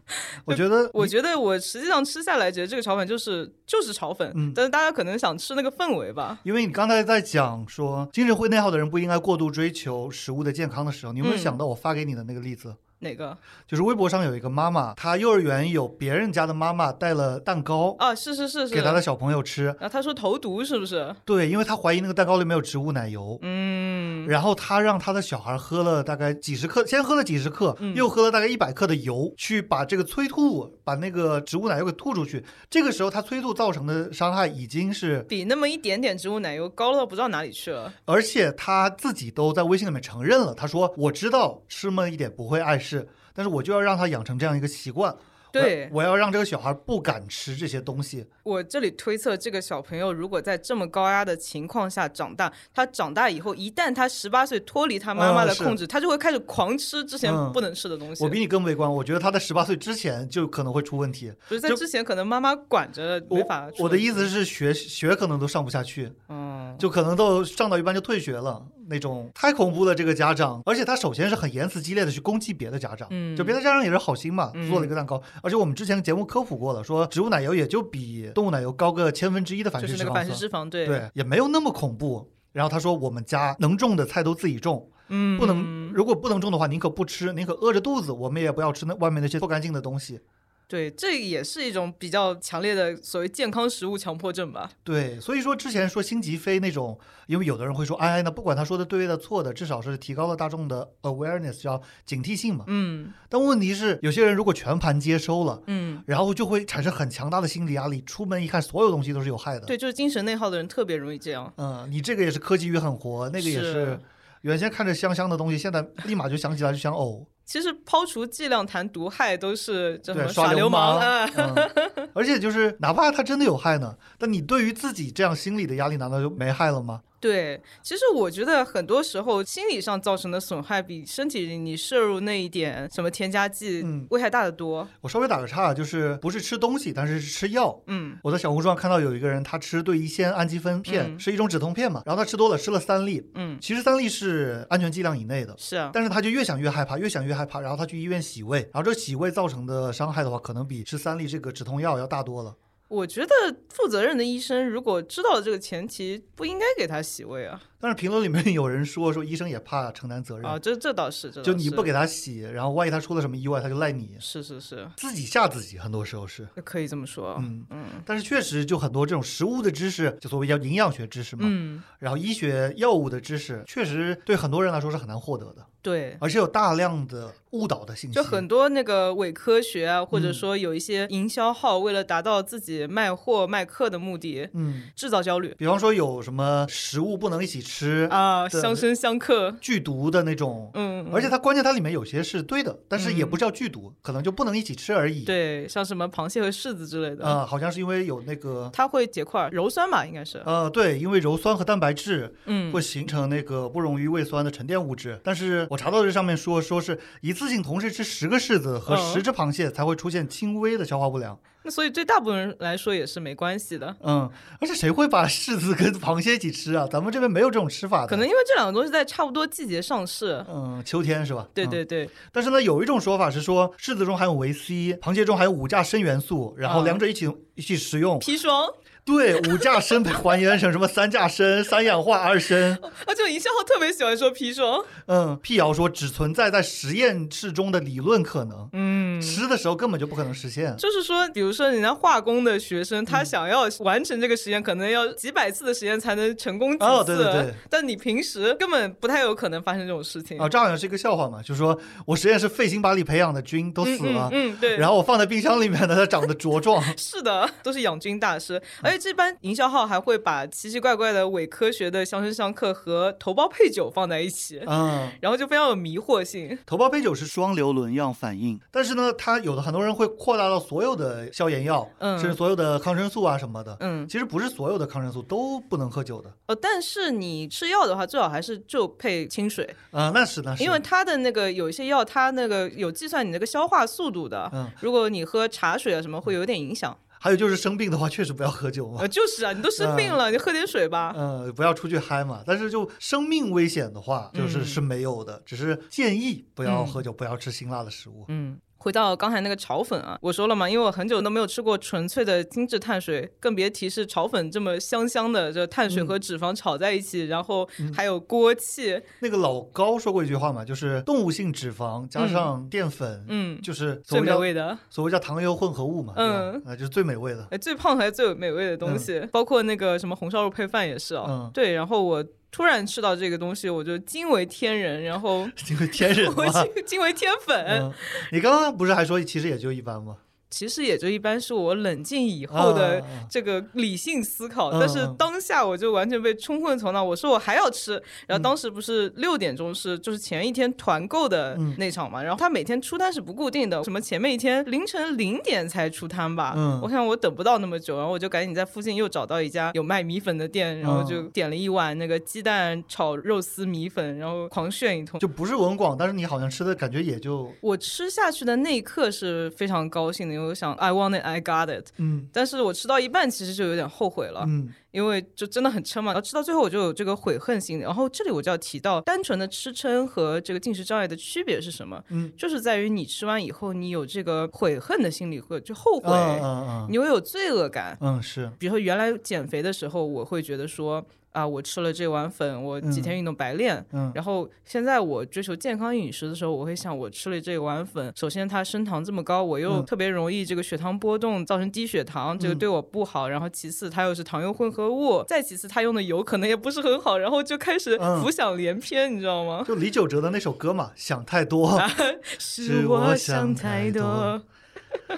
Speaker 2: 我觉得
Speaker 1: 我觉得我实际上吃下来，觉得这个炒粉就是就是炒粉，
Speaker 2: 嗯
Speaker 1: 但是大家可能想吃那个氛围吧。
Speaker 2: 因为你刚才在讲说精神会内耗的人不应该过度追求食物的健康的时候，你有没有
Speaker 1: 嗯
Speaker 2: 想到我发给你的那个例子？
Speaker 1: 哪个
Speaker 2: 就是微博上有一个妈妈，她幼儿园有别人家的妈妈带了蛋糕
Speaker 1: 啊？是是是是。
Speaker 2: 给她的小朋友吃，
Speaker 1: 然后他说投毒是不是？
Speaker 2: 对，因为她怀疑那个蛋糕里面有植物奶油。
Speaker 1: 嗯，
Speaker 2: 然后她让她的小孩喝了大概几十克，先喝了几十克，
Speaker 1: 嗯
Speaker 2: 又喝了大概一百克的油，去把这个催吐，把那个植物奶油给吐出去。这个时候，她催吐造成的伤害已经是
Speaker 1: 比那么一点点植物奶油高到不知道哪里去了。
Speaker 2: 而且他自己都在微信里面承认了，他说我知道吃么一点不会碍事，但是我就要让他养成这样一个习惯。
Speaker 1: 对
Speaker 2: 我我要让这个小孩不敢吃这些东西。
Speaker 1: 我这里推测，这个小朋友如果在这么高压的情况下长大，他长大以后，一旦他十八岁脱离他妈妈的
Speaker 2: 嗯是
Speaker 1: 控制，他就会开始狂吃之前
Speaker 2: 嗯
Speaker 1: 不能吃的东西。
Speaker 2: 我比你更悲观，我觉得他在十八岁之前就可能会出问题。
Speaker 1: 不是在
Speaker 2: 就
Speaker 1: 之前，可能妈妈管着
Speaker 2: 我
Speaker 1: 没法
Speaker 2: 我的意
Speaker 1: 思，
Speaker 2: 思是学学可能都上不下去，
Speaker 1: 嗯，
Speaker 2: 就可能都上到一半就退学了那种，太恐怖了这个家长。而且他首先是很言辞激烈的去攻击别的家长，
Speaker 1: 嗯
Speaker 2: 就别的家长也是好心嘛，
Speaker 1: 嗯
Speaker 2: 做了一个蛋糕。而且我们之前节目科普过了，说植物奶油也就比动物奶油高个千分之一的反
Speaker 1: 就
Speaker 2: 式
Speaker 1: 是
Speaker 2: 脂
Speaker 1: 那个
Speaker 2: 肪
Speaker 1: 反式
Speaker 2: 酸，
Speaker 1: 脂肪，对，
Speaker 2: 对，也没有那么恐怖。然后他说我们家能种的菜都自己种，
Speaker 1: 嗯，
Speaker 2: 不能如果不能种的话，宁可不吃，宁可饿着肚子，我们也不要吃那外面那些不干净的东西。
Speaker 1: 对，这也是一种比较强烈的所谓健康食物强迫症吧。
Speaker 2: 对，所以说之前说辛吉飞那种，因为有的人会说，哎，那不管他说的对的错的，至少是提高了大众的 awareness，叫警惕性嘛。
Speaker 1: 嗯
Speaker 2: 但问题是，有些人如果全盘接收了，
Speaker 1: 嗯，
Speaker 2: 然后就会产生很强大的心理压力，出门一看，所有东西都是有害的。，
Speaker 1: 对，就是精神内耗的人特别容易这样。
Speaker 2: 嗯，你这个也是科技与狠活，那个也是，
Speaker 1: 是
Speaker 2: 原先看着香香的东西，现在立马就想起来就想 呕。
Speaker 1: 其实抛除剂量谈毒害，都是这什
Speaker 2: 对，
Speaker 1: 么
Speaker 2: 耍
Speaker 1: 耍流
Speaker 2: 氓，
Speaker 1: 啊。
Speaker 2: 嗯而且就是哪怕它真的有害呢，但你对于自己这样心理的压力，难道就没害了吗？
Speaker 1: 对，其实我觉得很多时候心理上造成的损害比身体你摄入那一点什么添加剂
Speaker 2: 嗯
Speaker 1: 危害大得多。
Speaker 2: 我稍微打个岔，就是不是吃东西，但是是吃药。
Speaker 1: 嗯
Speaker 2: 我在小红书上看到有一个人，他吃对乙酰氨基酚片，
Speaker 1: 嗯
Speaker 2: 是一种止痛片嘛，然后他吃多了，吃了三粒，
Speaker 1: 嗯，
Speaker 2: 其实三粒是安全剂量以内的，
Speaker 1: 是啊，
Speaker 2: 但是他就越想越害怕，越想越害怕，然后他去医院洗胃，然后这洗胃造成的伤害的话，可能比吃三粒这个止痛药要大多了。
Speaker 1: 我觉得负责任的医生如果知道了这个前提，不应该给他洗胃啊。
Speaker 2: 但是评论里面有人说，说医生也怕承担责任，
Speaker 1: 啊，这这倒是，这倒
Speaker 2: 就你不
Speaker 1: 是
Speaker 2: 给他洗，然后万一他出了什么意外，他就赖你，
Speaker 1: 是是是，
Speaker 2: 自己吓自己，很多时候是。
Speaker 1: 可以这么说。
Speaker 2: 嗯
Speaker 1: 嗯
Speaker 2: 但是确实，就很多这种食物的知识，就所谓叫营养学知识嘛，
Speaker 1: 嗯。
Speaker 2: 然后医学药物的知识，确实对很多人来说是很难获得的。
Speaker 1: 对，
Speaker 2: 而且有大量的误导的信息，
Speaker 1: 就很多那个伪科学啊，或者
Speaker 2: 嗯
Speaker 1: 说有一些营销号为了达到自己卖货卖课的目的，
Speaker 2: 嗯，
Speaker 1: 制造焦虑
Speaker 2: 比方说有什么食物不能一起吃，
Speaker 1: 啊，
Speaker 2: 对
Speaker 1: 相生相克，
Speaker 2: 剧毒的那种，
Speaker 1: 嗯，
Speaker 2: 而且它关键它里面有些是对的，但是也
Speaker 1: 嗯
Speaker 2: 不叫剧毒，可能就不能一起吃而已。，
Speaker 1: 对，像什么螃蟹和柿子之类的，
Speaker 2: 呃，好像是因为有那个。
Speaker 1: 它会结块儿，鞣酸吧，应该是，
Speaker 2: 呃，对，因为鞣酸和蛋白质
Speaker 1: 嗯，
Speaker 2: 会形成那个不溶于胃酸的沉淀物质，但是我查到这上面说，说是一次性同时吃十个柿子和
Speaker 1: 嗯
Speaker 2: 十只螃蟹才会出现轻微的消化不良。
Speaker 1: 那所以对大部分人来说也是没关系的。
Speaker 2: 嗯，而且谁会把柿子跟螃蟹一起吃啊？咱们这边没有这种吃法的。
Speaker 1: 可能因为这两个东西在差不多季节上市，
Speaker 2: 嗯，秋天是吧？
Speaker 1: 对
Speaker 2: 嗯
Speaker 1: 对对，
Speaker 2: 但是呢，有一种说法是说，柿子中含有维 C，螃蟹中含有五价砷元素，然后
Speaker 1: 嗯
Speaker 2: 两者一起、一起食用，
Speaker 1: 砒霜，
Speaker 2: 对，五价砷 被还原成什么三价砷、三氧化 二砷。
Speaker 1: 而且营销号特别喜欢说砒霜，
Speaker 2: 嗯，辟谣说只存在在实验室中的理论可能，
Speaker 1: 嗯。
Speaker 2: 吃的时候根本就不可能实现。
Speaker 1: 就是说，比如说人家化工的学生，
Speaker 2: 嗯
Speaker 1: 他想要完成这个实验，可能要几百次的实验才能成功几次。
Speaker 2: 哦对对对
Speaker 1: 但你平时根本不太有可能发生这种事情。
Speaker 2: 啊，这好像是一个笑话嘛，就说我实验室费辛巴力培养的菌都
Speaker 1: 嗯
Speaker 2: 死了，
Speaker 1: 嗯嗯，对。
Speaker 2: 然后我放在冰箱里面呢，它长得茁壮。
Speaker 1: 是的， 都是养菌大师，而
Speaker 2: 嗯
Speaker 1: 且这班营销号还会把奇奇怪怪的伪科学的相生相克和头孢配酒放在一起，
Speaker 2: 嗯，
Speaker 1: 然后就非常有迷惑性。
Speaker 2: 头孢配酒是双硫仑样反应，但是呢，它有的很多人会扩大到所有的消炎药，
Speaker 1: 嗯
Speaker 2: 甚至所有的抗生素啊什么的。
Speaker 1: 嗯，
Speaker 2: 其实不是所有的抗生素都不能喝酒的，
Speaker 1: 呃，但是你吃药的话，最好还是就配清水，
Speaker 2: 啊、那是那是，
Speaker 1: 因为它的那个有一些药，它那个有计算你那个消化速度的。
Speaker 2: 嗯，
Speaker 1: 如果你喝茶水啊什么，会有点影响。
Speaker 2: 还有就是生病的话，确实不要喝酒嘛
Speaker 1: 呃，，就是啊，你都生病
Speaker 2: 嗯
Speaker 1: 了，你喝点水吧。
Speaker 2: 呃，不要出去嗨嘛。但是就生命危险的话，就是
Speaker 1: 嗯
Speaker 2: 是没有的，只是建议不要喝酒，不要吃辛辣的食物。
Speaker 1: 嗯，回到刚才那个炒粉啊，我说了嘛，因为我很久都没有吃过纯粹的精致碳水，更别提是炒粉这么香香的，这碳水和
Speaker 2: 嗯
Speaker 1: 脂肪炒在一起，然后还有锅气，
Speaker 2: 那个老高说过一句话嘛，就是动物性脂肪加上淀粉，
Speaker 1: 嗯，
Speaker 2: 就是所
Speaker 1: 最
Speaker 2: 谓
Speaker 1: 美
Speaker 2: 叫
Speaker 1: 味的。
Speaker 2: 所谓叫糖油混合物嘛，
Speaker 1: 嗯
Speaker 2: 对吧，那就是最美味的。
Speaker 1: 呃，最胖还是最美味的东西，包括那个什么红烧肉配饭也是哦。
Speaker 2: 嗯
Speaker 1: 对，然后我突然吃到这个东西，我就惊为天人，然后
Speaker 2: 因为天 人
Speaker 1: 我哎
Speaker 2: 嘛，
Speaker 1: 惊惊为天粉。
Speaker 2: 嗯，你刚刚不是还说其实也就一般吗？
Speaker 1: 其实也就一般是我冷静以后的
Speaker 2: 啊啊啊
Speaker 1: 这个理性思考，
Speaker 2: 嗯
Speaker 1: 但是
Speaker 2: 嗯
Speaker 1: 当下我就完全被冲昏头脑。我说我还要吃，然
Speaker 2: 嗯
Speaker 1: 后当时不是六点钟是就是前一天团购的
Speaker 2: 嗯
Speaker 1: 那场嘛，然后他每天出摊是不固定的，什么前面一天凌晨零点才出摊吧，
Speaker 2: 嗯
Speaker 1: 我想我等不到那么久，然后我就赶紧在附近又找到一家有卖米粉的店，然后
Speaker 2: 嗯
Speaker 1: 就点了一碗那个鸡蛋炒肉丝米粉，然后狂炫一通。
Speaker 2: 就不是文广，但是你好像吃的感觉也就，
Speaker 1: 我吃下去的那一刻是非常高兴的，因为我想 I want it, I got it。
Speaker 2: 嗯
Speaker 1: 但是我吃到一半其实就有点后悔了，
Speaker 2: 嗯
Speaker 1: 因为就真的很撑嘛。然后吃到最后我就有这个悔恨心理。然后这里我就要提到，单纯的吃撑和这个进食障碍的区别是什么？
Speaker 2: 嗯，
Speaker 1: 就是在于你吃完以后，你有这个悔恨的心理，会就后悔，哎
Speaker 2: 嗯嗯嗯
Speaker 1: 你会有罪恶感。
Speaker 2: 嗯是，
Speaker 1: 比如说原来减肥的时候，我会觉得说啊，我吃了这碗粉，我几天运动白练。
Speaker 2: 嗯
Speaker 1: 然后现在我追求健康饮食的时候，我会想，我吃了这碗粉，首先它升糖这么高，我又
Speaker 2: 嗯
Speaker 1: 特别容易这个血糖波动，造成低血糖，这个
Speaker 2: 嗯
Speaker 1: 对我不好。然后其次它又是糖油混合物，再其次它用的油可能也不是很好，然后就开始
Speaker 2: 嗯
Speaker 1: 浮想联翩，你知道吗？
Speaker 2: 就李玖哲的那首歌嘛，想 太多。
Speaker 1: 啊是
Speaker 2: 我
Speaker 1: 想
Speaker 2: 想
Speaker 1: 太
Speaker 2: 太多。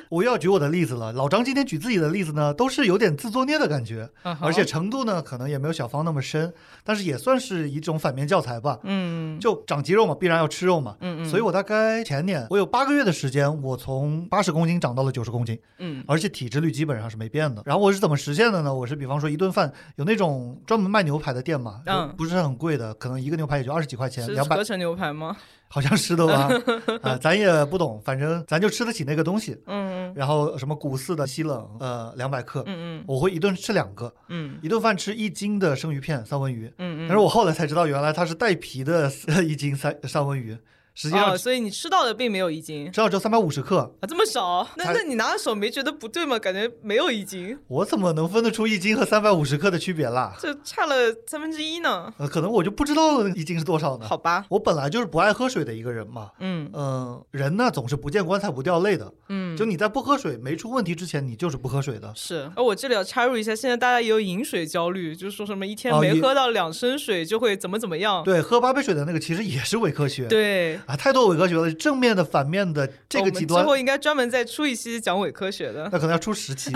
Speaker 2: 我又要举我的例子了。老张今天举自己的例子呢，都是有点自作孽的 感觉，
Speaker 1: 嗯好
Speaker 2: 而且程度呢，可能也没有小芳那么深，但是也算是一种反面教材吧。
Speaker 1: 嗯
Speaker 2: 就长肌肉嘛，必然要吃肉嘛。
Speaker 1: 嗯嗯
Speaker 2: 所以我大概前年，我有八个月的时间，我从八十公斤长到了九十公斤，
Speaker 1: 嗯
Speaker 2: 而且体脂率基本上是没变的。然后我是怎么实现的呢？我是比方说一顿饭有那种专门卖牛排的店嘛，
Speaker 1: 嗯
Speaker 2: 就不是很贵的，可能一个牛排也就二十几块钱，
Speaker 1: 是
Speaker 2: 两百
Speaker 1: 合成牛排吗？
Speaker 2: 好像是的吧？ 啊，咱也不懂，反正咱就吃得起那个东西。
Speaker 1: 嗯
Speaker 2: 然后什么古寺的西冷，呃，两百克，
Speaker 1: 嗯嗯
Speaker 2: 我会一顿吃两个，
Speaker 1: 嗯
Speaker 2: 一顿饭吃一斤的生鱼片三文鱼。
Speaker 1: 嗯嗯
Speaker 2: 但是。我后来才知道，原来它是带皮的一斤三三文鱼，实际上
Speaker 1: 哦，所以你吃到的并没有一斤
Speaker 2: 至少只有三百五十克。
Speaker 1: 啊，这么少？那
Speaker 2: 才
Speaker 1: 那你拿的手没觉得不对吗？感觉没有一斤，
Speaker 2: 我怎么能分得出一斤和三百五十克的区别啦？
Speaker 1: 这差了三分之一呢。
Speaker 2: 呃，可能我就不知道一斤是多少呢。
Speaker 1: 好吧，
Speaker 2: 我本来就是不爱喝水的一个人嘛，
Speaker 1: 嗯
Speaker 2: 嗯、人呢总是不见棺材不掉泪的，
Speaker 1: 嗯
Speaker 2: 就你在不喝水没出问题之前，你就是不喝水的。
Speaker 1: 是，而我这里要插入一下，现在大家也有饮水焦虑，就是说什么一天
Speaker 2: 哦
Speaker 1: 没
Speaker 2: 也
Speaker 1: 喝到两升水就会怎么怎么样。
Speaker 2: 对，喝八杯水的那个其实也是伪科学。
Speaker 1: 对，哦
Speaker 2: 啊，太多伪科学了，正面的、反面的这
Speaker 1: 我
Speaker 2: 个
Speaker 1: 们
Speaker 2: 极端
Speaker 1: 之，后应该专门再出一期讲伪科学的。
Speaker 2: 那可能要出十期。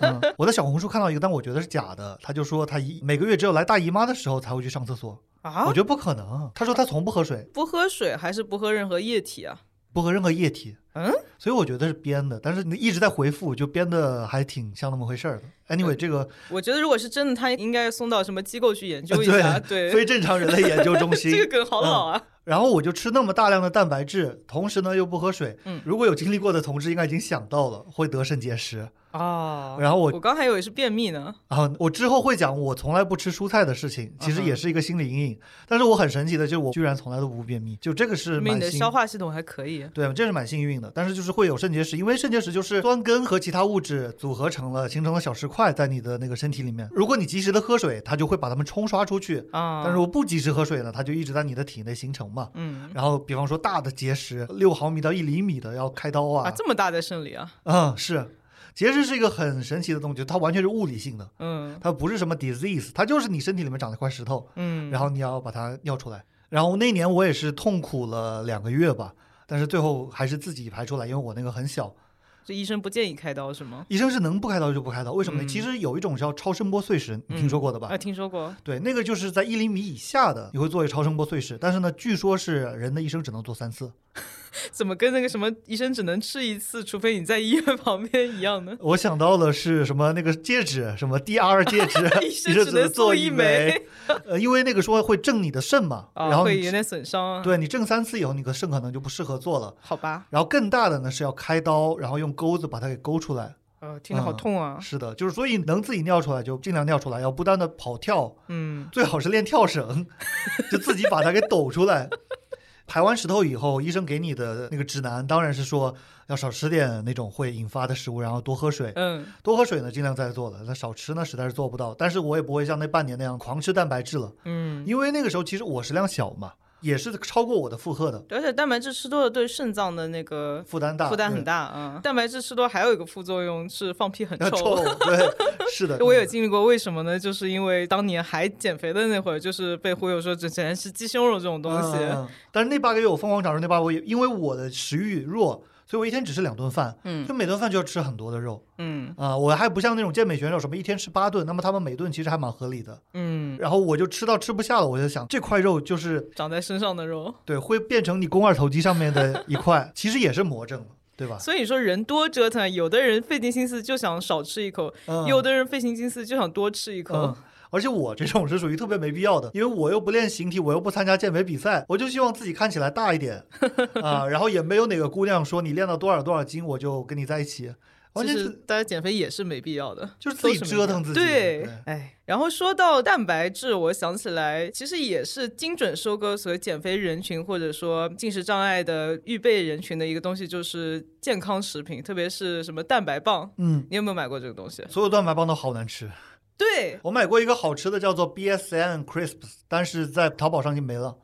Speaker 2: 嗯，我在小红书看到一个，但我觉得是假的。他就说他一每个月只有来大姨妈的时候才会去上厕所，
Speaker 1: 啊
Speaker 2: 我觉得不可能。他说他从不喝水，
Speaker 1: 不喝水还是不喝任何液体啊？
Speaker 2: 不喝任何液体。
Speaker 1: 嗯，
Speaker 2: 所以我觉得是编的，但是你一直在回复，就编的还挺像那么回事儿的。Anyway，这 个
Speaker 1: 我觉得如果是真的，他应该送到什么机构去研究一下。
Speaker 2: 呃
Speaker 1: 对，
Speaker 2: 非正常人类研究中心
Speaker 1: 这个，梗好老啊。
Speaker 2: 然后我就吃那么大量的蛋白质，同时呢又不喝水。
Speaker 1: 嗯
Speaker 2: 如果有经历过的同志，应该已经想到了会得肾结石。
Speaker 1: 哦
Speaker 2: 嗯然后我
Speaker 1: 我刚还以为是便秘呢。
Speaker 2: 啊，我之后会讲我从来不吃蔬菜的事情，其
Speaker 1: 嗯
Speaker 2: 实也是一个心理阴影。但是我很神奇的，就是我居然从来都不便秘，就这个是
Speaker 1: 说明
Speaker 2: 蛮
Speaker 1: 你的
Speaker 2: 幸
Speaker 1: 消化系统还可以。
Speaker 2: 对，这是蛮幸运的。但是就是会有肾结石，因为肾结石就是酸根和其他物质组合成了，形成了小石块在你的那个身体里面。如果你及时的喝水，它就会把它们冲刷出去。
Speaker 1: 啊，
Speaker 2: 但是我不及时喝水呢，它就一直在你的体内形成嘛。
Speaker 1: 嗯
Speaker 2: 然后，比方说大的结石，六毫米到一厘米的要开刀
Speaker 1: 啊，
Speaker 2: 啊，
Speaker 1: 这么大在肾里啊，
Speaker 2: 嗯，是，结石是一个很神奇的东西，它完全是物理性的，
Speaker 1: 嗯
Speaker 2: 它不是什么 disease，它就是你身体里面长了一块石头，
Speaker 1: 嗯，
Speaker 2: 然后你要把它尿出来。然后那年我也是痛苦了两个月吧，但是最后还是自己排出来，因为我那个很小，
Speaker 1: 这医生不建议开刀是吗？
Speaker 2: 医生是能不开刀就不开刀，为什么呢？
Speaker 1: 嗯
Speaker 2: 其实有一种叫超声波碎石，你听
Speaker 1: 嗯
Speaker 2: 说过的吧？
Speaker 1: 啊，听说过，
Speaker 2: 对，那个就是在一厘米以下的，你会做一个超声波碎石，但是呢，据说是人的一生只能做三次。
Speaker 1: 怎么跟那个什么医生只能吃一次，除非你在医院 旁边一样呢？
Speaker 2: 我想到了是什么那个戒指，什么 DR 戒指
Speaker 1: ，医生
Speaker 2: 生只
Speaker 1: 只能做
Speaker 2: 做
Speaker 1: 一
Speaker 2: 枚
Speaker 1: 枚，
Speaker 2: 呃，因为那个说会震你的肾嘛，
Speaker 1: 啊，
Speaker 2: 然后
Speaker 1: 会
Speaker 2: 你
Speaker 1: 有点损伤啊。，
Speaker 2: 对你震三次以后，你的肾可能就不适合做了。
Speaker 1: 好吧，
Speaker 2: 然后更大的呢是要开刀，然后用钩子把它给勾出来。
Speaker 1: 呃，听着好
Speaker 2: 嗯
Speaker 1: 痛啊，
Speaker 2: 是的，就是所以能自己尿出来就尽量尿出来，要不断的跑跳，
Speaker 1: 嗯
Speaker 2: 最好是练跳绳， 就自己把它给抖出 来。排完石头以后，医生给你的那个指南当然是说要少吃点那种会引发的食物，然后多喝水。
Speaker 1: 嗯，
Speaker 2: 多喝水呢，尽量在做的。那少吃呢，实在是做不到。但是我也不会像那半年那样狂吃蛋白质了，
Speaker 1: 嗯，
Speaker 2: 因为那个时候其实我食量小嘛，也是超过我的负荷的，
Speaker 1: 而且蛋白质吃多了对肾脏的那个
Speaker 2: 负担大，嗯
Speaker 1: 负担很
Speaker 2: 对。
Speaker 1: 大啊。蛋白质吃多还有一个副作用是放屁很
Speaker 2: 要臭，
Speaker 1: 臭。，
Speaker 2: 对，是的
Speaker 1: 我有经历过，为什么呢？就是因为当年还减肥的那会儿，就是被忽悠说这简直是鸡胸肉这种东西。
Speaker 2: 嗯嗯嗯但是那八个月我疯狂长肉，那八个月因为我的食欲弱，所以我一天只吃两顿饭，
Speaker 1: 嗯
Speaker 2: 就每顿饭就要吃很多的肉
Speaker 1: 嗯
Speaker 2: 啊、我还不像那种健美选手什么一天吃八顿，那么他们每顿其实还蛮合理的。
Speaker 1: 嗯，
Speaker 2: 然后我就吃到吃不下了，我就想这块肉就是
Speaker 1: 长在身上的肉。
Speaker 2: 对会变成你肱二头肌上面的一块，其实也是魔怔了，对吧？
Speaker 1: 所以说人多折腾，有的人费尽心思就想少吃一口，
Speaker 2: 嗯
Speaker 1: 有的人费尽心思就想多吃一口。
Speaker 2: 嗯，而且我这种是属于特别没必要的，因为我又不练形体，我又不参加健美比赛，我就希望自己看起来大一点啊，然后也没有哪个姑娘说你练到多少多少斤我就跟你在一起，完
Speaker 1: 其
Speaker 2: 全
Speaker 1: 实
Speaker 2: 是
Speaker 1: 大家减肥也是没必要的，
Speaker 2: 就是自己
Speaker 1: 都没
Speaker 2: 折腾自己
Speaker 1: 必要对
Speaker 2: 对，
Speaker 1: 哎，然后说到蛋白质，我想起来，其实也是精准收割所谓减肥人群或者说进食障碍的预备人群的一个东西，就是健康食品，特别是什么蛋白棒。
Speaker 2: 嗯，
Speaker 1: 你有没有买过这个东西？
Speaker 2: 所有蛋白棒都好难吃。
Speaker 1: 对，
Speaker 2: 我买过一个好吃的叫做 BSN crisps，但是在淘宝上就没了。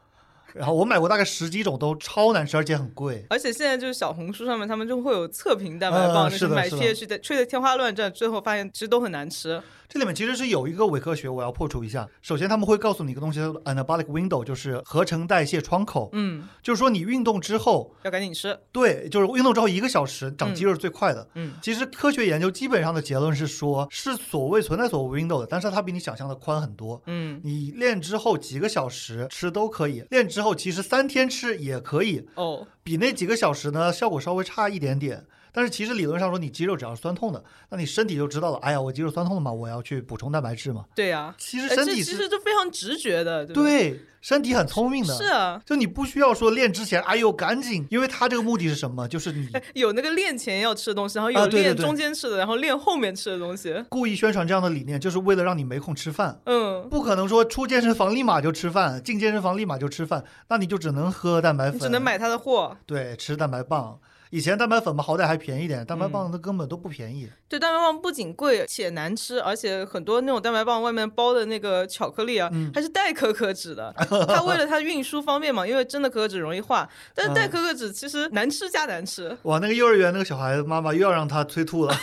Speaker 2: 然后我买过大概十几种，都超难吃，而且很贵。
Speaker 1: 而且现在就是小红书上面，他们就会有测评蛋白棒，
Speaker 2: 嗯
Speaker 1: 就是
Speaker 2: 的
Speaker 1: 买
Speaker 2: 是的
Speaker 1: PH 的吹的天花乱坠，最后发现其实都很难吃。
Speaker 2: 这里面其实是有一个伪科学，我要破除一下。首先他们会告诉你一个东西叫做 anabolic window，就是合成代谢窗口，
Speaker 1: 嗯，
Speaker 2: 就是说你运动之后，
Speaker 1: 要赶紧吃。
Speaker 2: 对，就是运动之后一个小时长肌肉是最快的。
Speaker 1: 嗯
Speaker 2: 其实科学研究基本上的结论是说，是所谓存在所谓 window 的，但是它比你想象的宽很多。
Speaker 1: 嗯，
Speaker 2: 你练之后几个小时吃都可以，练之后其实三天吃也可以，
Speaker 1: 哦，
Speaker 2: 比那几个小时呢效果稍微差一点点。但是其实理论上说，你肌肉只要是酸痛的，那你身体就知道了，哎呀，我肌肉酸痛了嘛，我要去补充蛋白质嘛。
Speaker 1: 对呀、
Speaker 2: 其实
Speaker 1: 哎，
Speaker 2: 身
Speaker 1: 这
Speaker 2: 体
Speaker 1: 其
Speaker 2: 是
Speaker 1: 实都非常直觉的，对吧
Speaker 2: 对身体很聪明的，
Speaker 1: 是啊，
Speaker 2: 就你不需要说练之前，哎呦赶紧，因为它这个目的是什么？就是你
Speaker 1: 哎，有那个练前要吃的东西，然后
Speaker 2: 啊
Speaker 1: 有
Speaker 2: 对对
Speaker 1: 练
Speaker 2: 对
Speaker 1: 中间吃的，然后练后面吃的东西。
Speaker 2: 故意宣传这样的理念，就是为了让你没空吃饭。
Speaker 1: 嗯，
Speaker 2: 不可能说出健身房立马就吃饭，进健身房立马就吃饭，那你就只能喝蛋白
Speaker 1: 你
Speaker 2: 粉，
Speaker 1: 只能买他的货。
Speaker 2: 对吃蛋白棒。以前蛋白粉吧，好歹还便宜点，蛋白
Speaker 1: 嗯
Speaker 2: 棒它根本都不便宜。
Speaker 1: 对，蛋白棒不仅贵且难吃，而且很多那种蛋白棒外面包的那个巧克力啊，
Speaker 2: 嗯
Speaker 1: 它是带可可脂 的。它为了它运输方便嘛，因为真的可可脂容易化，但是带
Speaker 2: 嗯
Speaker 1: 可可脂其实难吃加难吃。
Speaker 2: 哇，那个幼儿园那个小孩子妈妈又要让他催吐了。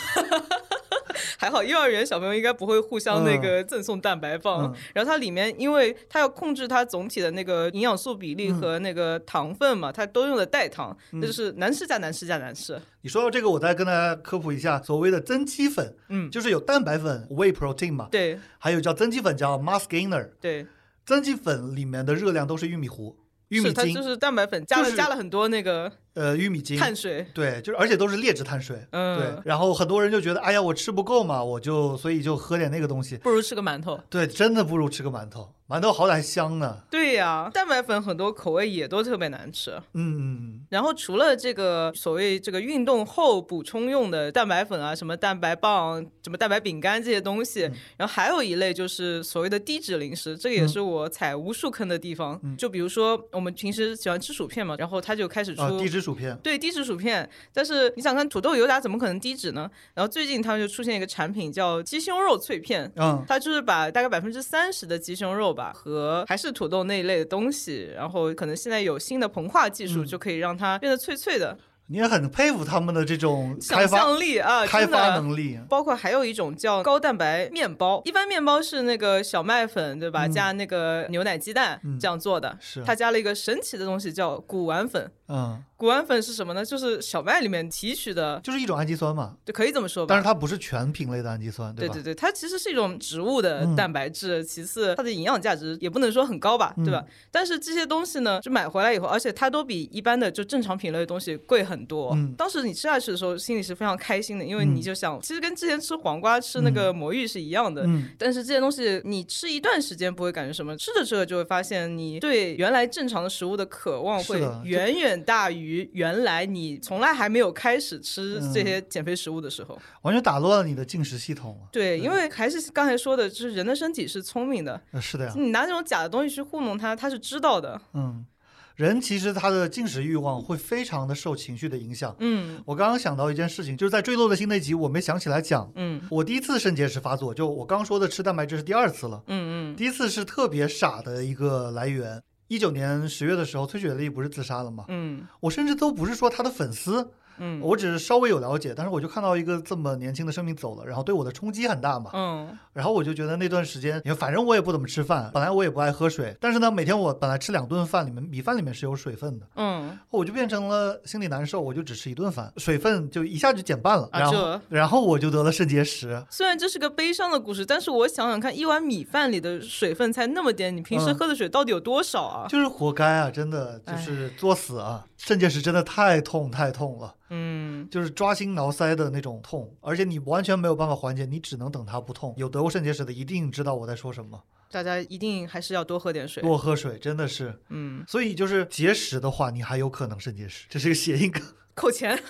Speaker 1: 还好幼儿园小朋友应该不会互相那个赠送蛋白棒，
Speaker 2: 嗯
Speaker 1: 然后它里面因为它要控制它总体的那个营养素比例
Speaker 2: 嗯
Speaker 1: 和那个糖分嘛，它都用的代糖，那就是难吃加难吃加难吃。
Speaker 2: 你说到这个，我再跟大家科普一下，所谓的增肌粉，
Speaker 1: 嗯，
Speaker 2: 就是有蛋白粉 whey protein 嘛，
Speaker 1: 对
Speaker 2: 还有叫增肌粉叫 mass gainer，
Speaker 1: 对，
Speaker 2: 增肌粉里面的热量都是玉米糊、玉米
Speaker 1: 是它
Speaker 2: 精，
Speaker 1: 就是蛋白粉加了、
Speaker 2: 就是
Speaker 1: 加了很多那个
Speaker 2: 呃，玉米精，
Speaker 1: 碳水，
Speaker 2: 对，就是而且都是劣质碳水。对
Speaker 1: 嗯，，
Speaker 2: 然后很多人就觉得，哎呀，我吃不够嘛，我就所以就喝点那个东西。
Speaker 1: 不如吃个馒头。
Speaker 2: 对，真的不如吃个馒头，馒头好歹香呢。
Speaker 1: 对呀、蛋白粉很多口味也都特别难吃。
Speaker 2: 嗯，
Speaker 1: 然后除了这个所谓这个运动后补充用的蛋白粉啊，什么蛋白棒、什么蛋白饼干这些东
Speaker 2: 嗯
Speaker 1: 西，然后还有一类就是所谓的低脂零食，这个也是我踩无数坑的地方。
Speaker 2: 嗯
Speaker 1: 就比如说我们平时喜欢吃薯片嘛，然后他就开始出、
Speaker 2: 啊，低脂薯片，
Speaker 1: 对低脂薯片，但是你想看土豆油炸怎么可能低脂呢？然后最近他们就出现一个产品叫鸡胸肉脆片，
Speaker 2: 嗯，
Speaker 1: 它就是把大概百分之三十的鸡胸肉吧和还是土豆那一类的东西，然后可能现在有新的膨化技
Speaker 2: 嗯
Speaker 1: 术，就可以让它变得脆脆的，
Speaker 2: 你也很佩服他们的这种开
Speaker 1: 想
Speaker 2: 发
Speaker 1: 象力啊，
Speaker 2: 开
Speaker 1: 真
Speaker 2: 发
Speaker 1: 的。
Speaker 2: 能力。
Speaker 1: 包括还有一种叫高蛋白面包，一般面包是那个小麦粉对吧，加那个牛奶鸡蛋、这样做的，
Speaker 2: 嗯是
Speaker 1: 它加了一个神奇的东西叫谷氨粉。
Speaker 2: 嗯，
Speaker 1: 谷氨粉是什么呢？就是小麦里面提取的，
Speaker 2: 就是一种氨基酸嘛，
Speaker 1: 就可以这么说吧。
Speaker 2: 但是它不是全品类的氨基酸，
Speaker 1: 对
Speaker 2: 吧？嗯
Speaker 1: 对，它其实是一种植物的蛋白质，其次它的营养价值也不能说很高吧，对吧？
Speaker 2: 嗯
Speaker 1: 但是这些东西呢，就买回来以后，而且它都比一般的就正常品类的东西贵很多。
Speaker 2: 嗯
Speaker 1: 当时你吃下去的时候，心里是非常开心的，因为你就想，其实跟之前吃黄瓜、吃那个魔芋是一样的。
Speaker 2: 嗯
Speaker 1: 但是这些东西你吃一段时间不会感觉什么，吃着吃着就会发现你对原来正常的食物的渴望
Speaker 2: 是
Speaker 1: 会
Speaker 2: 的就
Speaker 1: 远远大于原来你从来还没有开始吃
Speaker 2: 嗯
Speaker 1: 这些减肥食物的时候。
Speaker 2: 完全打乱了你的进食系统了。
Speaker 1: 对，因为还是刚才说的，就是人的身体是聪明的，
Speaker 2: 呃是的呀，
Speaker 1: 你拿这种假的东西去糊弄他，他是知道的。
Speaker 2: 嗯，人其实他的进食欲望会非常的受情绪的影响。
Speaker 1: 嗯
Speaker 2: 我刚刚想到一件事情，就是在《坠落的星》那集，我没想起来讲。
Speaker 1: 嗯
Speaker 2: 我第一次肾结石发作，就我刚说的吃蛋白质是第二次了。
Speaker 1: 嗯嗯，
Speaker 2: 第一次是特别傻的一个来源。一九年十月的时候，崔雪莉不是自杀了吗？
Speaker 1: 嗯
Speaker 2: 我甚至都不是说她的粉丝，
Speaker 1: 嗯
Speaker 2: 我只是稍微有了解，但是我就看到一个这么年轻的生命走了，然后对我的冲击很大嘛。
Speaker 1: 嗯
Speaker 2: 然后我就觉得那段时间，反正我也不怎么吃饭，本来我也不爱喝水，但是呢，每天我本来吃两顿饭，里面米饭里面是有水分的，
Speaker 1: 嗯，
Speaker 2: 我就变成了心里难受，我就只吃一顿饭，水分就一下就减半了，
Speaker 1: 啊
Speaker 2: 然后、
Speaker 1: 这
Speaker 2: 然后我就得了肾结石，
Speaker 1: 虽然这是个悲伤的故事，但是我想想看，一碗米饭里的水分才那么点，你平时
Speaker 2: 嗯
Speaker 1: 喝的水到底有多少啊？
Speaker 2: 就是活该啊，真的
Speaker 1: 哎
Speaker 2: 就是作死啊！肾结石真的太痛太痛了，
Speaker 1: 嗯
Speaker 2: 就是抓心挠腮的那种痛，而且你完全没有办法缓解，你只能等它不痛。有得过肾结石的一定知道我在说什么，
Speaker 1: 大家一定还是要多喝点水。
Speaker 2: 多喝水真的是。
Speaker 1: 嗯，
Speaker 2: 所以就是节食的话，你还有可能肾结石，这是个 谐音梗。
Speaker 1: 扣 钱。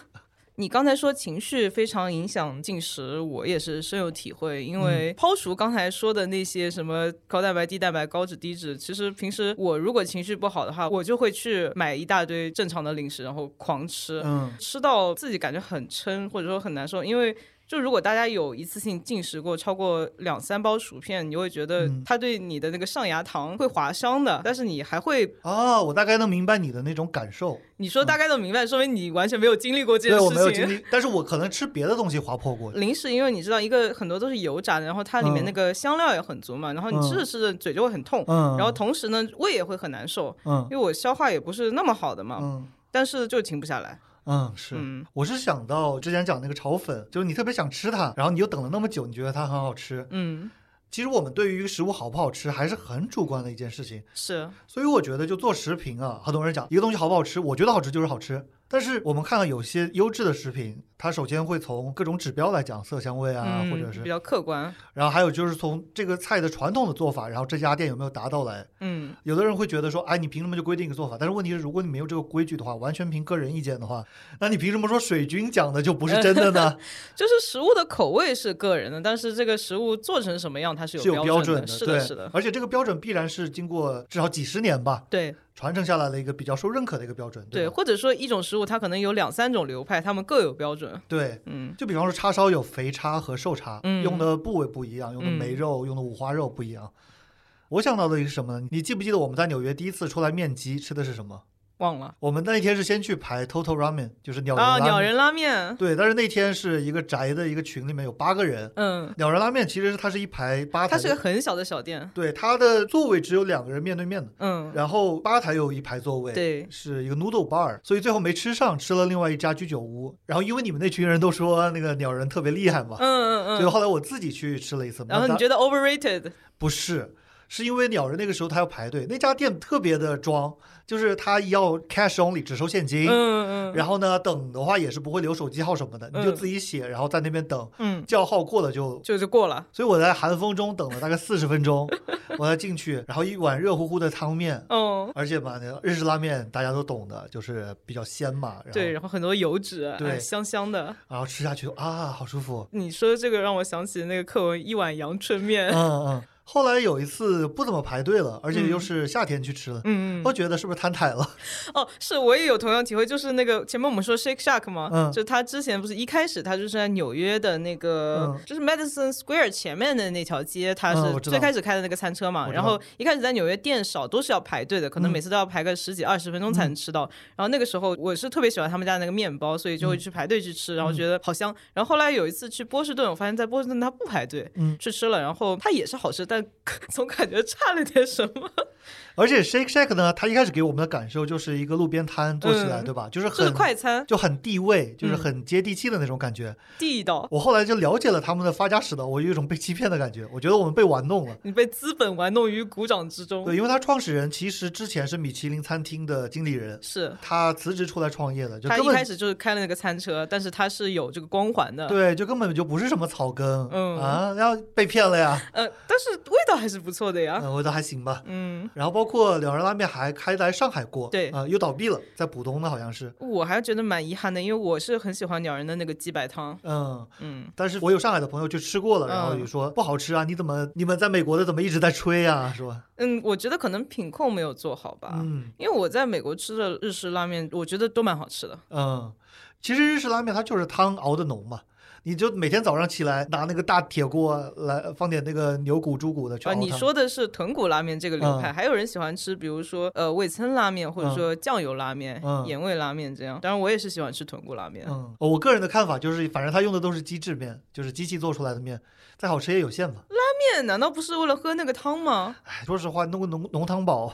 Speaker 1: 你刚才说情绪非常影响进食，我也是深有体会。因
Speaker 2: 嗯
Speaker 1: 为抛除刚才说的那些什么高蛋白、低蛋白、高脂、低脂，其实平时我如果情绪不好的话，我就会去买一大堆正常的零食，然后狂吃，
Speaker 2: 嗯
Speaker 1: 吃到自己感觉很撑，或者说很难受。因为就如果大家有一次性进食过超过两三包薯片，你就会觉得
Speaker 2: 嗯
Speaker 1: 它对你的那个上牙膛会划伤的，但是你还会
Speaker 2: 啊，我大概能明白你的那种感受。
Speaker 1: 你说大概都明白，说明你完全没有经历过这件
Speaker 2: 对
Speaker 1: 事情。
Speaker 2: 我没有经历，但是我可能吃别的东西划破过。
Speaker 1: 零食，因为你知道一个很多都是油炸的，然后它里面
Speaker 2: 嗯
Speaker 1: 那个香料也很足嘛，然后你吃着吃着嘴就会很痛，
Speaker 2: 嗯，
Speaker 1: 然后同时呢胃也会很难受，
Speaker 2: 嗯
Speaker 1: 因为我消化也不是那么好的嘛，
Speaker 2: 嗯
Speaker 1: 但是就停不下来。
Speaker 2: 嗯是。
Speaker 1: 嗯，
Speaker 2: 我是想到之前讲那个炒粉，就是你特别想吃它，然后你又等了那么久，你觉得它很好吃。
Speaker 1: 嗯，
Speaker 2: 其实我们对于一个食物好不好吃还是很主观的一件事情，
Speaker 1: 是，
Speaker 2: 所以我觉得就做食评啊，很多人讲一个东西好不好吃，我觉得好吃就是好吃。但是我们看看有些优质的食品，它首先会从各种指标来讲色香味啊，
Speaker 1: 嗯，
Speaker 2: 或者是
Speaker 1: 比，较客观。
Speaker 2: 然后还有就是从这个菜的传统的做法，然后这家店有没有达到来。
Speaker 1: 嗯，
Speaker 2: 有的人会觉得说，哎，你凭什么就规定一个做法？但是问题是，如果你没有这个规矩的话，完全凭个人意见的话，那你凭什么说水军讲的就不是真的呢？
Speaker 1: 就是食物的口味是个人的，但是这个食物做成 什么样，它是
Speaker 2: 是有
Speaker 1: 标
Speaker 2: 准
Speaker 1: 的。是的，
Speaker 2: 对，
Speaker 1: 是的，
Speaker 2: 而且这个标准必然是经过至少几十年吧
Speaker 1: 对，
Speaker 2: 传承下来的一个比较受认可的一个标准，
Speaker 1: 对，
Speaker 2: 吧
Speaker 1: 或者说一种食物它可能有两三种流派，他们各有标准。
Speaker 2: 对，
Speaker 1: 嗯
Speaker 2: 就比方说叉烧有肥叉和瘦叉，
Speaker 1: 嗯
Speaker 2: 用的部位不一样，用的梅肉、用的五花肉不一样。我想到的是什么呢？你记不记得我们在纽约第一次出来面基吃的是什么？
Speaker 1: 忘了
Speaker 2: 我们那天是先去排 Total Ramen，就是鸟人拉
Speaker 1: 啊，
Speaker 2: 面。
Speaker 1: 鸟人拉面，
Speaker 2: 对，但是那天是一个宅的一个群，里面有八个人。
Speaker 1: 嗯，
Speaker 2: 鸟人拉面其实是它是一排吧台
Speaker 1: 它
Speaker 2: 的，
Speaker 1: 是个很小的小店，
Speaker 2: 对它的座位只有两个人面对面的，
Speaker 1: 嗯，
Speaker 2: 然后吧台有一排座位，
Speaker 1: 对，
Speaker 2: 是一个 noodle bar，所以最后没吃上，吃了另外一家居酒屋。然后因为你们那群人都说那个鸟人特别厉害嘛
Speaker 1: 嗯，嗯
Speaker 2: 所以
Speaker 1: 嗯。
Speaker 2: 后来我自己去吃了一次。
Speaker 1: 然后
Speaker 2: 那
Speaker 1: 你
Speaker 2: 它
Speaker 1: 觉得 overrated？
Speaker 2: 不是，是因为鸟人那个时候他要排队，那家店特别的装，就是他要 cash only，只收现金。
Speaker 1: 嗯嗯
Speaker 2: 然后呢，等的话也是不会留手机号什么的，你就
Speaker 1: 嗯
Speaker 2: 自己写，然后在那边等，
Speaker 1: 嗯，
Speaker 2: 叫号过了就。
Speaker 1: 就就过了。
Speaker 2: 所以我在寒风中等了大概四十分钟，我才进去，然后一碗热乎乎的汤面，
Speaker 1: 嗯，
Speaker 2: 而且嘛，那个日式拉面大家都懂的，就是比较鲜嘛，然后
Speaker 1: 对，然后很多油脂，
Speaker 2: 对
Speaker 1: 哎香香的。
Speaker 2: 然后吃下去啊，好舒服，
Speaker 1: 你说的这个让我想起那个课文《一碗阳春面》。
Speaker 2: 嗯嗯。后来有一次不怎么排队了，而且又
Speaker 1: 嗯
Speaker 2: 是夏天去吃的，
Speaker 1: 嗯，
Speaker 2: 我觉得是不是摊台了？
Speaker 1: 哦，是我也有同样体会，就是那个前面我们说 Shake Shack 嘛，
Speaker 2: 嗯
Speaker 1: 就他之前不是一开始他就是在纽约的那个，
Speaker 2: 嗯
Speaker 1: 就是 Madison Square 前面的那条街，他
Speaker 2: 嗯我
Speaker 1: 是
Speaker 2: 知
Speaker 1: 最
Speaker 2: 道
Speaker 1: 开始开的那个餐车嘛。
Speaker 2: 我知
Speaker 1: 然
Speaker 2: 道嗯
Speaker 1: 后一开始在纽约店少，都是要排队的，可能每次都要排个十几二十分钟才能吃到。然后那个时候我是特别喜欢他们家的那个面包，所以
Speaker 2: 嗯
Speaker 1: 就会去排队去吃，然后觉得好香。然后后来有一次去波士顿，我发现在波士顿他不排队，
Speaker 2: 嗯
Speaker 1: 去吃了，然后它也是好吃，但 总感觉差了点什么，
Speaker 2: 而且 Shake Shack 呢，它一开始给我们的感受就是一个路边摊做起来，
Speaker 1: 嗯
Speaker 2: 对吧？就是
Speaker 1: 就是
Speaker 2: 很
Speaker 1: 快餐
Speaker 2: 就很地位，就是
Speaker 1: 嗯
Speaker 2: 很接地气的那种感觉。
Speaker 1: 地道。
Speaker 2: 我后来就了解了他们的发家史的，我有一种被欺骗的感觉，我觉得我们被玩弄了。
Speaker 1: 你被资本玩弄于股掌之中。
Speaker 2: 对，因为他创始人其实之前是米其林餐厅的经理人，
Speaker 1: 是
Speaker 2: 他辞职出来创业的，就
Speaker 1: 他
Speaker 2: 根
Speaker 1: 一开
Speaker 2: 本
Speaker 1: 始就是开了那个餐车，但是他是有这个光环的，
Speaker 2: 对，就根本就不是什么草根，
Speaker 1: 嗯
Speaker 2: 啊，要被骗了呀，
Speaker 1: 呃，但是味道还是不错的呀。
Speaker 2: 嗯，我觉得还行吧。
Speaker 1: 嗯，
Speaker 2: 然后包括两人拉面还开来上海过，
Speaker 1: 对
Speaker 2: 啊、又倒闭了，在浦东的好像是，
Speaker 1: 嗯我还觉得蛮遗憾的，因为我是很喜欢鸟人的那个鸡白汤。
Speaker 2: 嗯，
Speaker 1: 嗯，
Speaker 2: 但是我有上海的朋友去吃过了，然后
Speaker 1: 嗯
Speaker 2: 也说、不好吃啊，你怎么你们在美国的怎么一直在吹啊，是吧？
Speaker 1: 嗯，我觉得可能品控没有做好吧。
Speaker 2: 嗯
Speaker 1: 因为我在美国吃的日式拉面，我觉得都蛮好吃的。
Speaker 2: 嗯，其实日式拉面它就是汤熬的浓嘛，你就每天早上起来拿那个大铁锅来放点那个牛骨、猪骨的去熬
Speaker 1: 啊，
Speaker 2: 汤。
Speaker 1: 你说的是豚骨拉面这个流派，还有人喜欢吃，比如说呃味噌拉面，或者
Speaker 2: 嗯
Speaker 1: 说酱油拉面、
Speaker 2: 嗯
Speaker 1: 盐味拉面这样。当然，我也是喜欢吃豚骨拉面。
Speaker 2: 嗯，我个人的看法就是，反正它用的都是机制面，就是机器做出来的面，再好吃也有限吧。
Speaker 1: 面难道不是为了喝那个汤吗？
Speaker 2: 哎，说实话，弄个浓浓汤宝，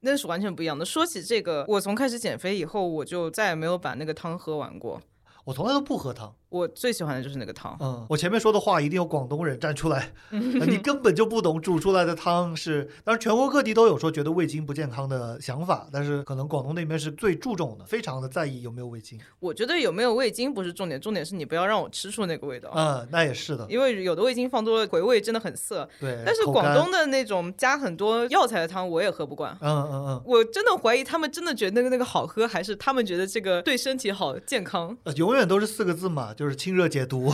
Speaker 1: 那是完全不一样的。说起这个，我从开始减肥以后，我就再也没有把那个汤喝完过。
Speaker 2: 我从来都不喝汤。
Speaker 1: 我最喜欢的就是那个汤，
Speaker 2: 嗯，我前面说的话一定有广东人站出来，
Speaker 1: 嗯
Speaker 2: 呃你根本就不懂煮出来的汤是，当然全国各地都有说觉得味精不健康的想法，但是可能广东那边是最注重的，非常的在意有没有味精。
Speaker 1: 我觉得有没有味精不是重点，重点是你不要让我吃出那个味道，
Speaker 2: 嗯，那也是的，
Speaker 1: 因为有的味精放多了回味真的很涩。
Speaker 2: 对。
Speaker 1: 但是
Speaker 2: 口
Speaker 1: 广
Speaker 2: 干
Speaker 1: 东的那种加很多药材的汤，我也喝不惯。
Speaker 2: 嗯嗯嗯，
Speaker 1: 我真的怀疑他们真的觉得那个那个好喝，还是他们觉得这个对身体好健康？
Speaker 2: 呃永远都是四个字嘛，就是清热解 毒。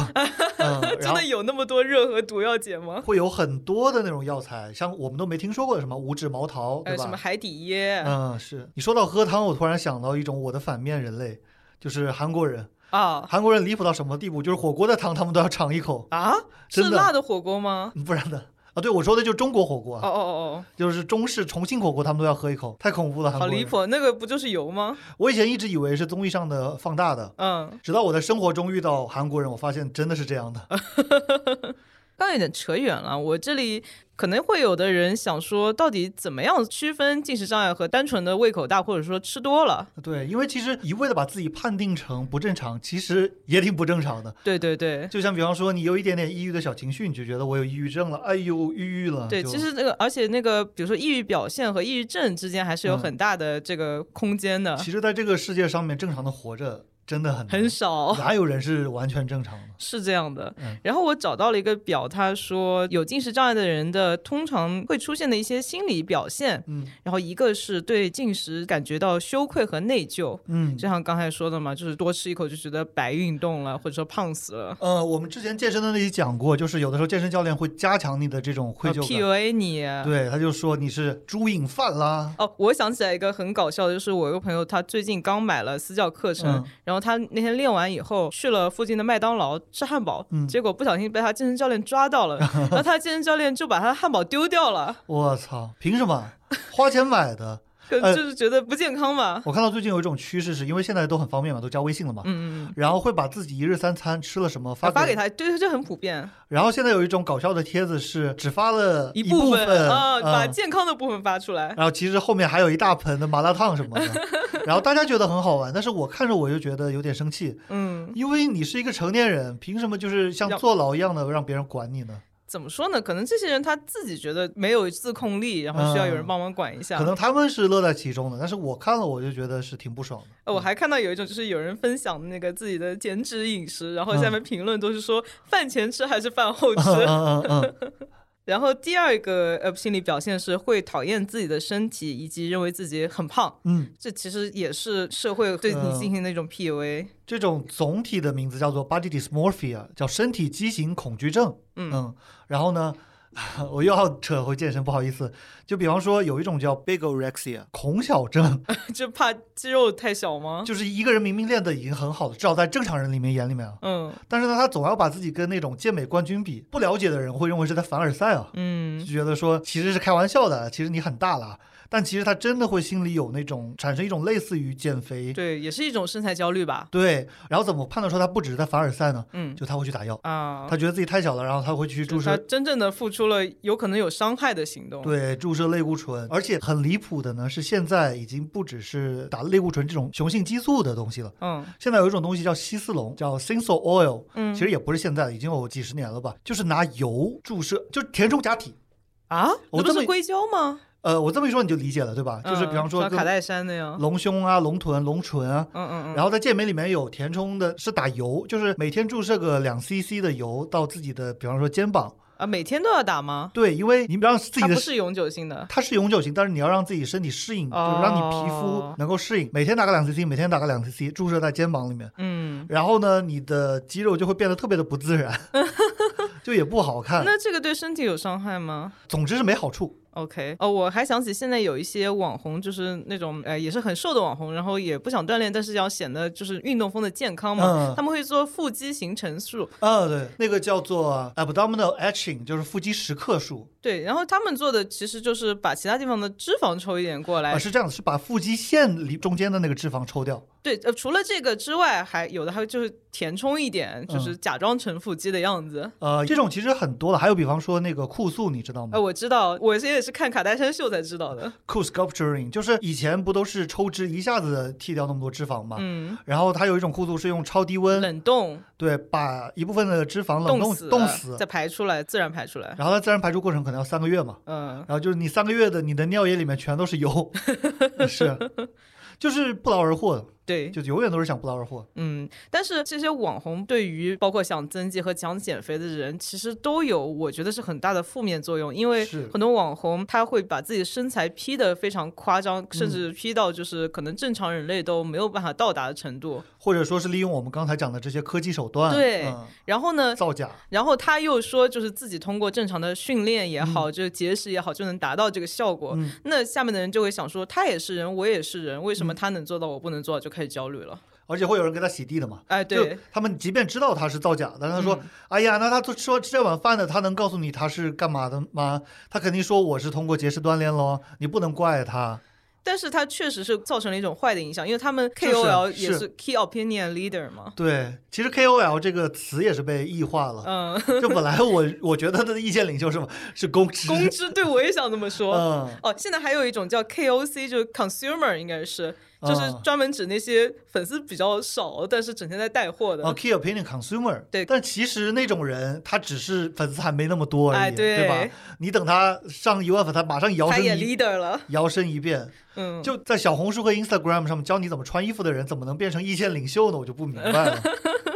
Speaker 2: 嗯，然
Speaker 1: 真
Speaker 2: 后
Speaker 1: 的有那么多热和毒药解吗？
Speaker 2: 会有很多的那种药材，像我们都没听说过的什么五指毛桃，
Speaker 1: 还
Speaker 2: 对
Speaker 1: 有什么
Speaker 2: 吧？
Speaker 1: 海底椰、
Speaker 2: 嗯，是你说到喝汤，我突然想到一种我的反面人类，就是韩国人。
Speaker 1: 啊
Speaker 2: 韩国人离谱到什么地步？就是火锅的汤他们都要尝一口，
Speaker 1: 啊？是
Speaker 2: 真的
Speaker 1: 辣的火锅吗？
Speaker 2: 不然的啊，对我说的就是中国火锅
Speaker 1: 哦
Speaker 2: 啊，
Speaker 1: 哦哦
Speaker 2: 就是中式重庆火锅，他们都要喝一口，太恐怖了。
Speaker 1: 哦，
Speaker 2: 韩
Speaker 1: 好
Speaker 2: 国人
Speaker 1: 离！谱！那个不就是油吗？
Speaker 2: 我以前一直以为是综艺上的放大的，
Speaker 1: 嗯，
Speaker 2: 直到我在生活中遇到韩国人，我发现真的是这样的。
Speaker 1: 刚刚有点扯远了，我这里可能会有的人想说，到底怎么样区分进食障碍和单纯的胃口大，或者说吃多了？
Speaker 2: 对，因为其实一味的把自己判定成不正常，其实也挺不正常的。
Speaker 1: 对对对。
Speaker 2: 就像比方说，你有一点点抑郁的小情绪，你就觉得我有抑郁症了，哎呦，抑郁了。
Speaker 1: 对，
Speaker 2: 就
Speaker 1: 其实那个，而且那个，比如说抑郁表现和抑郁症之间还是有
Speaker 2: 嗯
Speaker 1: 很大的这个空间的。
Speaker 2: 其实在这个世界上面正常的活着，真的很
Speaker 1: 很少，
Speaker 2: 哪有人是完全正常的？
Speaker 1: 是这样的
Speaker 2: 嗯。
Speaker 1: 然后我找到了一个表，他说有进食障碍的人的通常会出现的一些心理表现，
Speaker 2: 嗯
Speaker 1: 然后一个是对进食感觉到羞愧和内疚，
Speaker 2: 嗯，
Speaker 1: 就像刚才说的嘛，就是多吃一口就觉得白运动了，或者说胖死了。
Speaker 2: 呃，我们之前健身的那里讲过，就是有的时候健身教练会加强你的这种愧
Speaker 1: 呃
Speaker 2: 疚感，
Speaker 1: PUA 你，
Speaker 2: 对，他就说你是猪瘾犯啦，
Speaker 1: 哦，我想起来一个很搞笑的，就是我有个朋友，他最近刚买了私教课程，
Speaker 2: 嗯
Speaker 1: 然后他那天练完以后去了附近的麦当劳吃汉堡，
Speaker 2: 嗯
Speaker 1: 结果不小心被他健身教练抓到 了，然后他健身教练就把他的汉堡丢掉了，
Speaker 2: 我操，凭什么？花钱买的。
Speaker 1: 可
Speaker 2: 呃
Speaker 1: 就是觉得不健康嘛。
Speaker 2: 我看到最近有一种趋势，是因为现在都很方便嘛，都加微信了嘛，
Speaker 1: 嗯嗯嗯，
Speaker 2: 然后会把自己一日三餐吃了什么发
Speaker 1: 啊发给。他，对，这很普遍，
Speaker 2: 然后现在有一种搞笑的帖子是只发了
Speaker 1: 一
Speaker 2: 部
Speaker 1: 分啊，把
Speaker 2: 嗯
Speaker 1: 健康的部分发出来。
Speaker 2: 然后其实后面还有一大盆的麻辣烫什么的，然后大家觉得很好玩，但是我看着我就觉得有点生气，
Speaker 1: 嗯，
Speaker 2: 因为你是一个成年人，凭什么就是像
Speaker 1: 要
Speaker 2: 坐牢一样的让别人管你呢？
Speaker 1: 怎么说呢？可能这些人他自己觉得没有自控力，然后需要有人
Speaker 2: 嗯
Speaker 1: 帮忙管一下。
Speaker 2: 可能他们是乐在其中的，但是我看了我就觉得是挺不爽的。
Speaker 1: 呃，我还看到有一种就是有人分享那个自己的减脂饮食，然后下面评论都是说饭前吃 还是饭后吃。
Speaker 2: 嗯嗯嗯嗯，
Speaker 1: 然后第二个呃心理表现是会讨厌自己的身体，以及认为自己很胖。
Speaker 2: 嗯，
Speaker 1: 这其实也是社会对你进行的一种 PUA。
Speaker 2: 这种总体的名字叫做 body dysmorphia，叫身体畸形恐惧症。
Speaker 1: 嗯
Speaker 2: 然后呢， 我又要扯回健身，不好意思。就比方说有一种叫 bigorexia 恐小症，
Speaker 1: 就怕肌肉太小吗？
Speaker 2: 就是一个人明明练的已经很好了，至少在正常人里面眼里面啊，
Speaker 1: 嗯
Speaker 2: 但是呢，他总要把自己跟那种健美冠军比。不了解的人会认为是在凡尔赛啊，就
Speaker 1: 嗯，
Speaker 2: 觉得说其实是开玩笑的，其实你很大了。但其实他真的会心里有那种产生一种类似于减肥
Speaker 1: 对，也是一种身材焦虑吧。
Speaker 2: 对，然后怎么判断说他不只是在凡尔赛呢？
Speaker 1: 嗯
Speaker 2: 就他会去打药，
Speaker 1: 啊，
Speaker 2: 他觉得自己太小了，然后他会去注
Speaker 1: 就是他
Speaker 2: 射。
Speaker 1: 真正的付出了有可能有伤害的行动。
Speaker 2: 对，注射类固醇，而且很离谱的呢，是现在已经不只是打类固醇这种雄性激素的东西了，
Speaker 1: 嗯
Speaker 2: 现在有一种东西叫西斯隆，叫 Sensol Oil，
Speaker 1: 嗯
Speaker 2: 其实也不是现在，已经有几十年了吧，就是拿油注射，就是填充假体。
Speaker 1: 啊，
Speaker 2: 我
Speaker 1: 那
Speaker 2: 这
Speaker 1: 不
Speaker 2: 么
Speaker 1: 是硅胶吗？
Speaker 2: 呃，我这么一说你就理解了，对吧？就是比方
Speaker 1: 嗯
Speaker 2: 说
Speaker 1: 像卡戴珊那样。
Speaker 2: 隆胸啊、隆臀、隆唇啊。
Speaker 1: 嗯嗯嗯。
Speaker 2: 然后在健美里面有填充的，是打油，就是每天注射个两 CC 的油到自己的，比方说肩膀。
Speaker 1: 啊，每天都要打吗？
Speaker 2: 对，因为你让自己
Speaker 1: 它
Speaker 2: 的
Speaker 1: 不是永久性的。
Speaker 2: 它是永久型，但是你要让自己身体适应，就是让你皮肤
Speaker 1: 哦
Speaker 2: 能够适应，每天打个两 CC，每天打个两 CC，注射在肩膀里面。
Speaker 1: 嗯，
Speaker 2: 然后呢，你的肌肉就会变得特别的不自 然，就也不好看。
Speaker 1: 那这个对身体有伤害吗？
Speaker 2: 总之是没好处。
Speaker 1: OK，哦，我还想起现在有一些网红，就是那种呃也是很瘦的网红，然后也不想锻炼，但是要显得就是运动风的健康嘛，
Speaker 2: 嗯
Speaker 1: 他们会做腹肌形成术，
Speaker 2: 啊，对，那个叫做 abdominal etching，就是腹肌时刻术
Speaker 1: 对，然后他们做的其实就是把其他地方的脂肪抽一点过
Speaker 2: 啊、
Speaker 1: 来，
Speaker 2: 是这样的，是把腹肌线里中间的那个脂肪抽掉。
Speaker 1: 对，呃，除了这个之外，还有的还就是填充一点，
Speaker 2: 嗯
Speaker 1: 就是假装成腹肌的样子。
Speaker 2: 呃，这种其实很多了，还有比方说那个酷素，你知道
Speaker 1: 哎、
Speaker 2: 吗
Speaker 1: 我知道，我这也是看卡戴珊秀才知道的。
Speaker 2: 呃酷 sculpturing 就是以前不都是抽脂一下子剃掉那么多脂肪吗？
Speaker 1: 嗯，
Speaker 2: 然后它有一种酷素是用超低温，
Speaker 1: 冷冻
Speaker 2: 对，把一部分的脂肪冷冻
Speaker 1: 死，
Speaker 2: 冻死，
Speaker 1: 再排出来，自然排出来。
Speaker 2: 然后它自然排出过程可能要三个月嘛。
Speaker 1: 嗯，
Speaker 2: 然后就是你三个月的你的尿液里面全都是 油，是，就是不劳而获，
Speaker 1: 对，
Speaker 2: 就永远都是想不劳而获。
Speaker 1: 嗯，但是这些网红对于包括想增肌和想减肥的人，其实都有我觉得是很大的负面作用，因为
Speaker 2: 是
Speaker 1: 很多网红他会把自己的身材 P 的非常夸张，
Speaker 2: 嗯
Speaker 1: 甚至 P 到就是可能正常人类都没有办法到达的程度。
Speaker 2: 或者说是利用我们刚才讲的这些科技手段，
Speaker 1: 对
Speaker 2: 嗯
Speaker 1: 然后呢，
Speaker 2: 造假，
Speaker 1: 然后他又说，就是自己通过正常的训练也好，就是节食也好，就能达到这个效果。
Speaker 2: 嗯
Speaker 1: 那下面的人就会想说，他也是人，我也是人，为什么他能做到，我不能做到，就开始焦虑了。
Speaker 2: 而且会有人给他洗地的嘛。
Speaker 1: 哎，对
Speaker 2: 啊
Speaker 1: 嗯
Speaker 2: 就，他们即便知道他是造假的，但他说：“哎呀，那他都说吃这碗饭的，他能告诉你他是干嘛的吗？他肯定说我是通过节食锻炼咯，你不能怪他。
Speaker 1: 但是它确实是造成了一种坏的影响，因为他们
Speaker 2: 是是
Speaker 1: KOL 也
Speaker 2: 是
Speaker 1: 是 Key Opinion Leader 嘛。
Speaker 2: 对，其实 KOL 这个词也是被异化了。
Speaker 1: 嗯，
Speaker 2: 就本来我我觉得他的意见领袖是什么？是公知。
Speaker 1: 公知对我也想这么说。
Speaker 2: 嗯，
Speaker 1: 哦，现在还有一种叫 KOC，就是 consumer，应该是
Speaker 2: 嗯
Speaker 1: 就是专门指那些粉丝比较少，但是整天在带货的
Speaker 2: 啊。，key opinion consumer，
Speaker 1: 对
Speaker 2: 但其实那种人他只是粉丝还没那么多而已，
Speaker 1: 哎对
Speaker 2: 吧？你等他上一万粉，他马上摇
Speaker 1: 他
Speaker 2: 身
Speaker 1: 也
Speaker 2: 一
Speaker 1: leader 了，
Speaker 2: 摇身一变，
Speaker 1: 嗯，
Speaker 2: 就在小红书和 Instagram 上面教你怎么穿衣服的人，怎么能变成意见领袖呢？我就不明白了。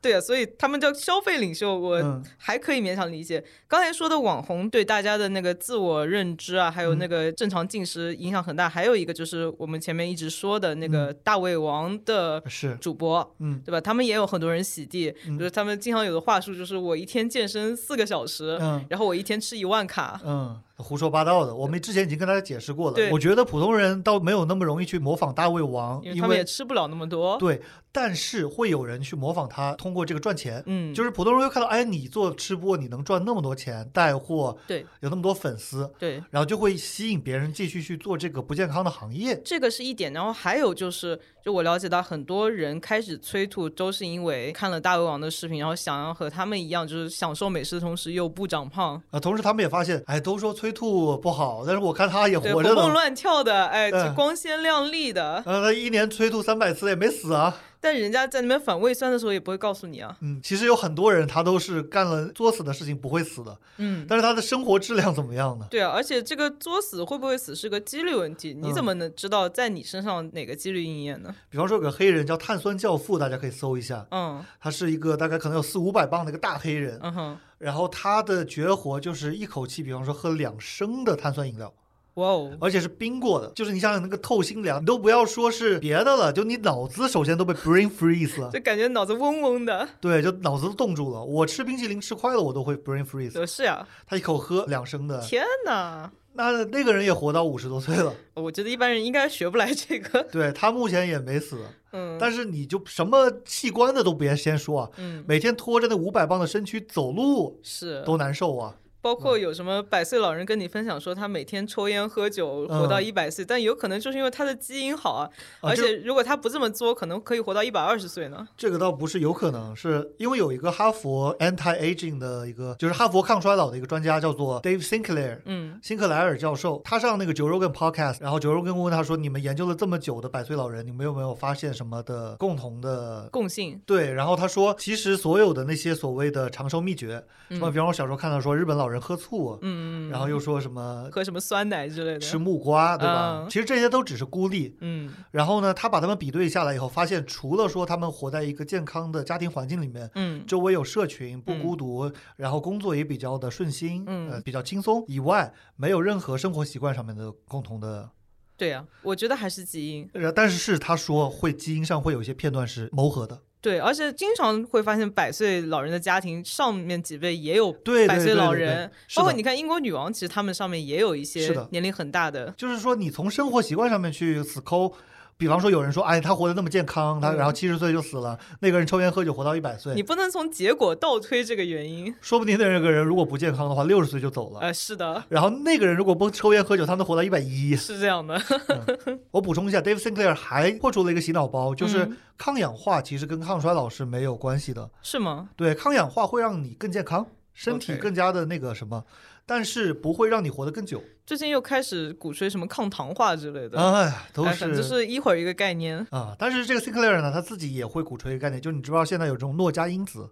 Speaker 1: 对啊，所以他们叫消费领袖，我
Speaker 2: 嗯
Speaker 1: 还可以勉强理解。刚才说的网红对大家的那个自我认知啊，还有
Speaker 2: 嗯
Speaker 1: 那个正常进食影响很大，还有一个就是我们前面一直说的那
Speaker 2: 嗯
Speaker 1: 个大胃王的
Speaker 2: 是，
Speaker 1: 主播。
Speaker 2: 嗯
Speaker 1: 对吧？他们也有很多人洗地，
Speaker 2: 嗯
Speaker 1: 就是他们经常有的话术就是我一天健身四个小时，
Speaker 2: 嗯
Speaker 1: 然后我一天吃一万卡，
Speaker 2: 嗯，胡说八道的。我们之前已经跟大家解释过了
Speaker 1: 对，
Speaker 2: 我觉得普通人倒没有那么容易去模仿大胃王，
Speaker 1: 因为
Speaker 2: 因
Speaker 1: 他们也
Speaker 2: 为
Speaker 1: 吃不了那么多。
Speaker 2: 对，但是会有人去模仿他，通过这个赚钱。
Speaker 1: 嗯，
Speaker 2: 就是普通人会看到，哎，你做吃播，你能赚那么多钱，带货
Speaker 1: 对
Speaker 2: 有那么多粉丝，
Speaker 1: 对，
Speaker 2: 然后就会吸引别人继续去做这个不健康的行业。
Speaker 1: 这个是一点，然后还有就是，就我了解到很多人开始催吐，都是因为看了大胃王的视频，然后想要和他们一样，就是享受美食的同时又不长胖，
Speaker 2: 啊，同时他们也发现，哎，都说催吐不好，但是我看他也
Speaker 1: 对，
Speaker 2: 活
Speaker 1: 活
Speaker 2: 着
Speaker 1: 蹦
Speaker 2: 呢。
Speaker 1: 乱跳的，哎，
Speaker 2: 嗯
Speaker 1: 就光鲜亮丽的。
Speaker 2: 呃，他一年催吐三百次也没死啊。
Speaker 1: 但人家在那边反胃酸的时候也不会告诉你啊。
Speaker 2: 嗯，其实有很多人他都是干了作死的事情不会死的，
Speaker 1: 嗯，
Speaker 2: 但是他的生活质量怎么样呢？
Speaker 1: 对啊，而且这个作死会不会死是个几率问题，你
Speaker 2: 嗯
Speaker 1: 怎么能知道在你身上哪个几率应验呢？
Speaker 2: 比方说有个黑人叫碳酸教父，大家可以搜一下，
Speaker 1: 嗯
Speaker 2: 他是一个大概可能有四五百磅的一个大黑人，
Speaker 1: 嗯哼，
Speaker 2: 然后他的绝活就是一口气，比方说喝两升的碳酸饮料，
Speaker 1: 哇哦，
Speaker 2: 而且是冰过的，就是你想想那个透心凉，你都不要说是别的了，就你脑子首先都被 brain freeze 了，
Speaker 1: 就感觉脑子嗡嗡 的。
Speaker 2: 对，就脑子都冻住了。我吃冰淇淋吃快了，我都会 brain freeze。
Speaker 1: 呃是呀、
Speaker 2: 他一口喝两升的，
Speaker 1: 天哪！
Speaker 2: 那那个人也活到五十多岁了，
Speaker 1: 我觉得一般人应该学不来这个，
Speaker 2: 对他目前也没死。
Speaker 1: 嗯，
Speaker 2: 但是你就什么器官的都别先说啊，
Speaker 1: 嗯，
Speaker 2: 每天拖着那五百磅的身躯走路
Speaker 1: 是，
Speaker 2: 都难受啊。
Speaker 1: 包括有什么百岁老人跟你分享说他每天抽烟喝酒活到
Speaker 2: 嗯
Speaker 1: 一百岁，但有可能就是因为他的基因好啊，
Speaker 2: 啊
Speaker 1: 而
Speaker 2: 这
Speaker 1: 且如果他不这么作，可能可以活到一百二十岁呢。
Speaker 2: 这个倒不是有可能，是因为有一个哈佛 anti-aging 的一个，就是哈佛抗衰老的一个专家叫做 Dave Sinclair。
Speaker 1: 嗯
Speaker 2: 辛克莱尔教授，他上那个 Joe Rogan podcast，然后 Joe Rogan 问他说：“你们研究了这么久的百岁老人，你们有没有发现什么的共同的
Speaker 1: 共性，
Speaker 2: 对，然后他说，其实所有的那些所谓的长寿秘诀，什么，
Speaker 1: 嗯
Speaker 2: 比方我小时候看到说日本老人喝醋，
Speaker 1: 嗯，
Speaker 2: 然后又说什么
Speaker 1: 喝什么酸奶之类
Speaker 2: 吃
Speaker 1: 的，
Speaker 2: 木瓜，对吧？
Speaker 1: 嗯
Speaker 2: 其实这些都只是孤立。
Speaker 1: 嗯
Speaker 2: 然后呢，他把他们比对下来以后，发现除了说他们活在一个健康的家庭环境里面。
Speaker 1: 嗯
Speaker 2: 周围有社群，不
Speaker 1: 嗯
Speaker 2: 孤独，然后工作也比较的顺心，
Speaker 1: 嗯
Speaker 2: 呃，比较轻松。以外，没有任何生活习惯上面的共同的。
Speaker 1: 对呀、我觉得还是基因。
Speaker 2: 呃但是是他说会基因上会有一些片段是谋合的，
Speaker 1: 对，而且经常会发现百岁老人的家庭上面几辈也有
Speaker 2: 对对
Speaker 1: 百岁
Speaker 2: 对
Speaker 1: 老
Speaker 2: 对对
Speaker 1: 人，
Speaker 2: 是
Speaker 1: 包括
Speaker 2: 的
Speaker 1: 你看英国女王，其实他们上面也有一些
Speaker 2: 是的
Speaker 1: 年龄很大的，
Speaker 2: 就是说你从生活习惯上面去死抠。比方说，有人说，哎，他活得那么健康，他
Speaker 1: 嗯
Speaker 2: 然后七十岁就死了。那个人抽烟喝酒活到一百
Speaker 1: 你
Speaker 2: 岁，
Speaker 1: 不能从结果倒推这个原因。
Speaker 2: 说不定那个人如果不健康的话，六十岁就走了。
Speaker 1: 呃，是的，
Speaker 2: 然后那个人如果不抽烟喝酒，他能活到一百一。
Speaker 1: 是这样的。
Speaker 2: 我补充一下，Dave Sinclair 还破除了一个洗脑包，就是
Speaker 1: 嗯
Speaker 2: 抗氧化其实跟抗衰老是没有关系的。
Speaker 1: 是吗？
Speaker 2: 对，抗氧化会让你更健康，身体
Speaker 1: OK
Speaker 2: 更加的那个什么，但是不会让你活得更久。
Speaker 1: 最近又开始鼓吹什么抗糖化之类的，
Speaker 2: 哎，都
Speaker 1: 哎反
Speaker 2: 是
Speaker 1: 正就是一会儿一个概念。
Speaker 2: 啊，但是这个 Sinclair 呢，他自己也会鼓吹一个概念，就是你知不知道现在有这种诺加因子，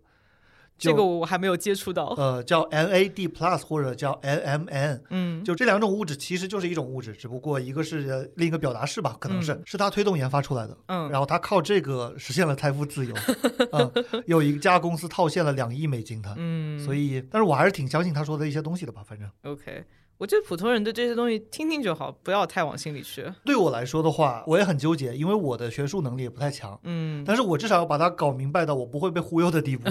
Speaker 2: 就
Speaker 1: 这个我还没有接触到。
Speaker 2: 呃叫 NAD plus 或者叫 NMN，
Speaker 1: 嗯，
Speaker 2: 就这两种物质其实就是一种物质，只不过一个是呃另一个表达式吧，可能是、是他推动研发出来的。
Speaker 1: 嗯
Speaker 2: 然后他靠这个实现了财 富自由，嗯，有一家公司套现了两亿美金他，
Speaker 1: 嗯
Speaker 2: 所以，但是我还是挺相信他说的一些东西的吧，反正。
Speaker 1: ，OK，我觉得普通人对这些东西听听就好，不要太往心里去。
Speaker 2: 对我来说的话，我也很纠结，因为我的学术能力也不太强，
Speaker 1: 嗯，
Speaker 2: 但是我至少要把它搞明白到我不会被忽悠的 地步，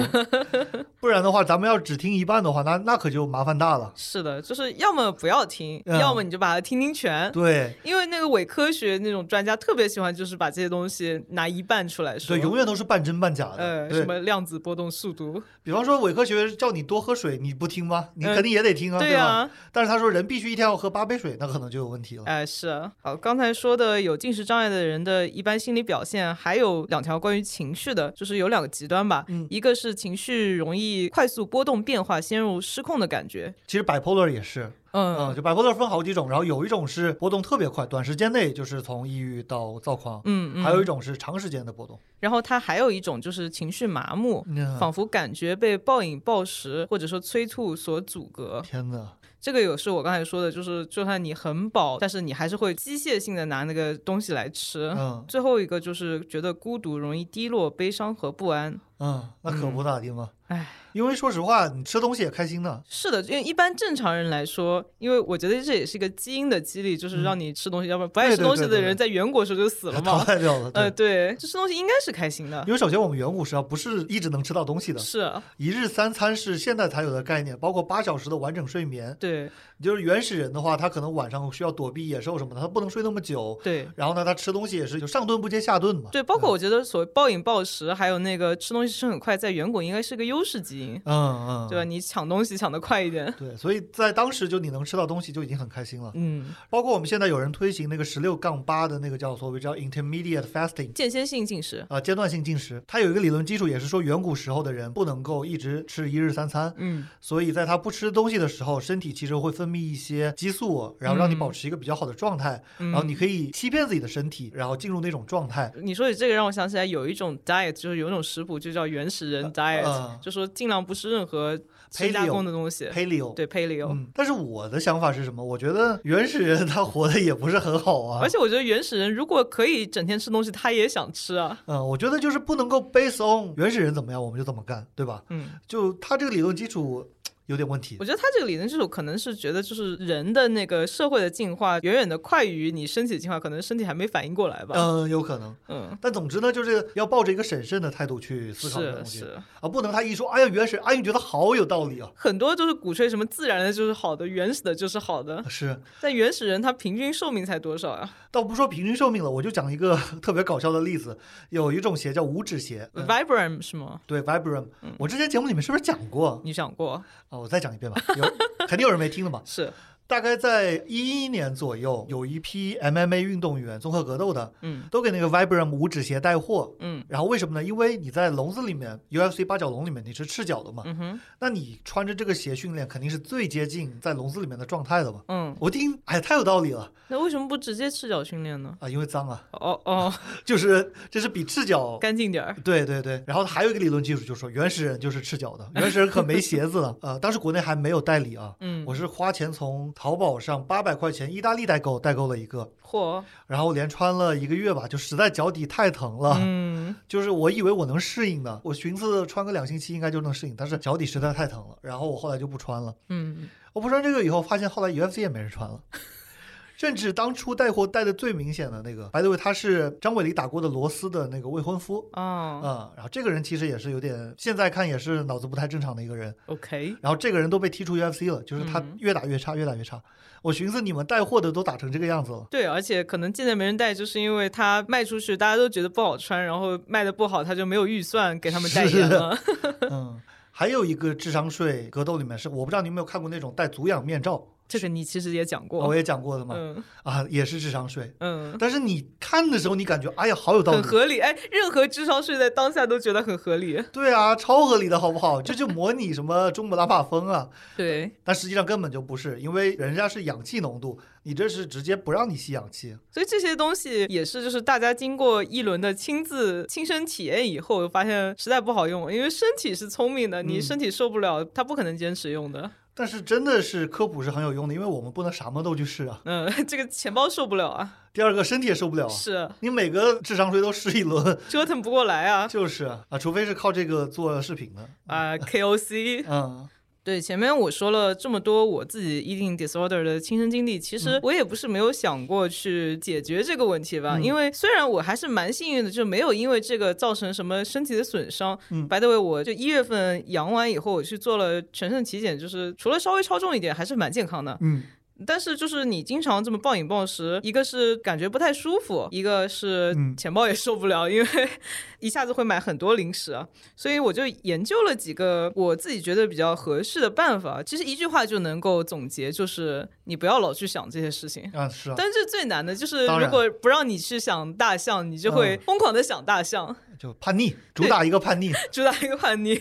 Speaker 2: 不然的话，咱们要只听一半的话，那那可就麻烦大了。
Speaker 1: 是的，就是要么不要听，
Speaker 2: 嗯
Speaker 1: 要么你就把它听听全。
Speaker 2: 对，
Speaker 1: 因为那个伪科学那种专家特别喜欢，就是把这些东西拿一半出来说
Speaker 2: 对，，永远都是半真半假的。
Speaker 1: 呃，什
Speaker 2: 对，
Speaker 1: 么量子波动速度，
Speaker 2: 比方说伪科学叫你多喝水，你不听吗？你
Speaker 1: 嗯
Speaker 2: 肯定也得听啊，
Speaker 1: 对
Speaker 2: 吧？
Speaker 1: 啊，
Speaker 2: 但是他说人必须一天要喝八杯水，那可能就有问题了。
Speaker 1: 哎，是啊好，刚才说的有进食障碍的人的一般心理表现，还有两条关于情绪的，就是有两个极端吧，
Speaker 2: 嗯
Speaker 1: 一个是情绪容易易快速波动变化、陷入失控的感觉。
Speaker 2: 其实 bipolar 也是，嗯，
Speaker 1: 嗯
Speaker 2: 就 bipolar 分好几种，然后有一种是波动特别快，短时间内就是从抑郁到躁狂，
Speaker 1: 嗯嗯。
Speaker 2: 还有一种是长时间的波动。
Speaker 1: 然后它还有一种就是情绪麻木，
Speaker 2: 嗯
Speaker 1: 仿佛感觉被暴饮暴食或者说催吐所阻隔。
Speaker 2: 天哪，
Speaker 1: 这个有是我刚才说的，就是就算你很饱，但是你还是会机械性的拿那个东西来吃。
Speaker 2: 嗯
Speaker 1: 最后一个就是觉得孤独，容易低落、悲伤和不安。
Speaker 2: 嗯，那可不咋地嘛。
Speaker 1: 唉，
Speaker 2: 因为说实话，你吃东西也开心的，
Speaker 1: 是的，因为一般正常人来说，因为我觉得这也是一个基因的激励，就是让你吃东西，要不然不爱
Speaker 2: 嗯对
Speaker 1: 吃
Speaker 2: 对
Speaker 1: 东西
Speaker 2: 对
Speaker 1: 的
Speaker 2: 对
Speaker 1: 人
Speaker 2: 对
Speaker 1: 在远古时候就 死了呃
Speaker 2: 淘
Speaker 1: 嘛。
Speaker 2: 汰掉了。
Speaker 1: 呃，
Speaker 2: 对，
Speaker 1: 对，这吃东西应该是开心的，
Speaker 2: 因为首先我们远古时啊，不是一直能吃到东西的，
Speaker 1: 是啊
Speaker 2: 一日三餐是现在才有的概念，包括八小时的完整睡眠。
Speaker 1: 对
Speaker 2: 就是原始人的话，他可能晚上需要躲避野兽什么的，他不能睡那么久。
Speaker 1: 对
Speaker 2: 然后呢，他吃东西也是就上顿不接下顿嘛。
Speaker 1: 对，包括我觉得所谓暴饮暴食，还有那个吃东西吃很快，在远古应该是个优势基因，
Speaker 2: 嗯嗯，
Speaker 1: 对吧？你抢东西抢得快一点，
Speaker 2: 对，所以在当时就你能吃到东西就已经很开心了。
Speaker 1: 嗯，
Speaker 2: 包括我们现在有人推行那个十六杠八的那个叫所谓叫 intermediate fasting
Speaker 1: 间歇性进食，
Speaker 2: 啊、阶段性进食，它有一个理论基础，也是说远古时候的人不能够一直吃一日三餐，
Speaker 1: 嗯
Speaker 2: 所以在他不吃东西的时候，身体其实会分泌一些激素，然后让你保持一个比较好的状态，
Speaker 1: 嗯。
Speaker 2: 然后你可以欺骗自己的身体，然后进入那种状态。
Speaker 1: 你说起这个，让我想起来有一种 diet，就是有一种食谱就叫原始人 diet，、
Speaker 2: 呃
Speaker 1: 就说尽量不吃任何添加工的东西。
Speaker 2: Paleo，
Speaker 1: 对 paleo，、
Speaker 2: 嗯，但是我的想法是什么？我觉得原始人他活的也不是很好啊
Speaker 1: 而。且我觉得原始人如果可以整天吃东西，他也想吃啊。
Speaker 2: 嗯，我觉得就是不能够 base on 原始人怎么样，我们就怎么干，对吧？
Speaker 1: 嗯，
Speaker 2: 就他这个理论基础有点问题
Speaker 1: 我。觉得他这个理论基础可能是觉得，就是人的那个社会的进化远远的快于你身体的进化，可能身体还没反应过来吧。
Speaker 2: 嗯，有可能。
Speaker 1: 嗯，
Speaker 2: 但总之呢，就是要抱着一个审慎的态度去思考这个
Speaker 1: 是
Speaker 2: 东西
Speaker 1: 是，
Speaker 2: 啊，不能他一说，哎呀，原始，哎呀，你觉得好有道理啊。
Speaker 1: 很多就是鼓吹什么自然的就是好的，原始的就是好的。
Speaker 2: 是，
Speaker 1: 但原始人他平均寿命才多少啊、
Speaker 2: 倒不说平均寿命了，我就讲一个 特别搞笑的例子，有一种鞋叫五指鞋，嗯
Speaker 1: v i b r a m 是吗？
Speaker 2: 对，Vibram。
Speaker 1: 嗯
Speaker 2: 我之前节目里面是不是讲过
Speaker 1: 你想过？
Speaker 2: 啊？我再讲一遍吧，有肯定有人没听的嘛。
Speaker 1: 是，
Speaker 2: 大概在一一年左右，有一批 MMA 运动员，综合格斗的，
Speaker 1: 嗯。
Speaker 2: 都给那个 Vibram 五指鞋带货。
Speaker 1: 嗯
Speaker 2: 然后为什么呢？因为你在笼子里面，UFC 八角笼里面你是赤脚的嘛，
Speaker 1: 嗯哼，
Speaker 2: 那你穿着这个鞋训练，肯定是最接近在笼子里面的状态的嘛。
Speaker 1: 嗯，
Speaker 2: 我听，哎，太有道理了
Speaker 1: 那为什么不直接赤脚训练呢？
Speaker 2: 啊！因为脏啊，
Speaker 1: 哦 哦，
Speaker 2: 就是这是比赤脚，
Speaker 1: 干净点儿。
Speaker 2: 对对对。然后还有一个理论基础，就是说原始人就是赤 脚的，原始人可没鞋子了。呃，当时国内还没有代理啊，
Speaker 1: 嗯，
Speaker 2: 我是花钱从淘宝上八百块钱意大利代购代购了一个，
Speaker 1: 嚯，
Speaker 2: 然后连穿了一个月吧，就实在脚底太疼了。
Speaker 1: 嗯，
Speaker 2: 就是我以为我能适应的，我寻思穿个两星期应该就能适应，但是脚底实在太疼了，然后我后来就不穿了。
Speaker 1: 嗯，
Speaker 2: 我不穿这个以后，发现后来 UFC 也没人穿了。甚至当初带货带的最明显的那个，白对他是张伟丽打过的罗斯的那个未婚夫啊、
Speaker 1: 哦
Speaker 2: 然后这个人其实也是有点，现在看也是脑子不太正常的一个人。
Speaker 1: ，OK，
Speaker 2: 然后这个人都被踢出 UFC 了，就是他
Speaker 1: 嗯
Speaker 2: 越打越差，越打越差。我寻思你们带货的都打成这个样子 了，
Speaker 1: 对，而且可能现在没人带，就是因为他卖出去，大家都觉得不好穿，然后卖的不好，他就没有预算给他们代言了。
Speaker 2: 嗯。还有一个智商税，格斗里面是我不知道你有没有看过那种戴足氧面罩，
Speaker 1: 这个你其实也讲
Speaker 2: 我
Speaker 1: 过，
Speaker 2: 也讲过的嘛，
Speaker 1: 嗯
Speaker 2: 啊，也是智商税。
Speaker 1: 嗯，
Speaker 2: 但是你看的时候，你感觉哎呀，好有道
Speaker 1: 很
Speaker 2: 理，
Speaker 1: 合理。哎，任何智商税在当下都觉得很合理。
Speaker 2: 对啊，超合理的好不好？这就模拟什么中国拉帕风啊，
Speaker 1: 对，
Speaker 2: 但实际上根本就不是，因为人家是氧气浓度，你这是直接不让你吸氧气。
Speaker 1: 所以这些东西也是，就是大家经过一轮的亲自亲身体验以后，发现实在不好用，因为身体是聪明的，
Speaker 2: 嗯
Speaker 1: 你身体受不了，它不可能坚持用的。
Speaker 2: 但是真的是科普是很有用的，因为我们不能什么都去试啊。
Speaker 1: 嗯， 这个钱包受不了啊，
Speaker 2: 第二个，身体也受不了啊，
Speaker 1: 是
Speaker 2: 你每个智商税都试一轮，
Speaker 1: 折腾不过来啊
Speaker 2: 就是啊，啊除非是靠这个做视频的，
Speaker 1: 啊、KOC。
Speaker 2: 嗯
Speaker 1: 对，前面我说了这么多我自己 eating disorder 的亲身经历，其
Speaker 2: 嗯
Speaker 1: 实我也不是没有想过去解决这个问题吧，
Speaker 2: 嗯
Speaker 1: 因为虽然我还是蛮幸运的，就没有因为这个造成什么身体的损伤。
Speaker 2: 嗯
Speaker 1: 白 by the way，我就一月份阳完以后，我去做了全身体检，就是除了稍微超重一点，还是蛮健康的。
Speaker 2: 嗯，
Speaker 1: 但是就是你经常这么暴饮暴食，一个是感觉不太舒服，一个是
Speaker 2: 嗯
Speaker 1: 钱包也受不了，因为 一下子会买很多零食啊。所以我就研究了几个我自己觉得比较合适的办法。其实一句话就能够总结，就是你不要老去想这些事情。
Speaker 2: 啊是啊，
Speaker 1: 但是最难的就是，
Speaker 2: 当
Speaker 1: 如
Speaker 2: 然
Speaker 1: 果不让你去想大象，你就会
Speaker 2: 嗯
Speaker 1: 疯狂的想大象，
Speaker 2: 就叛逆，主打一个叛逆，
Speaker 1: 主打一个叛逆。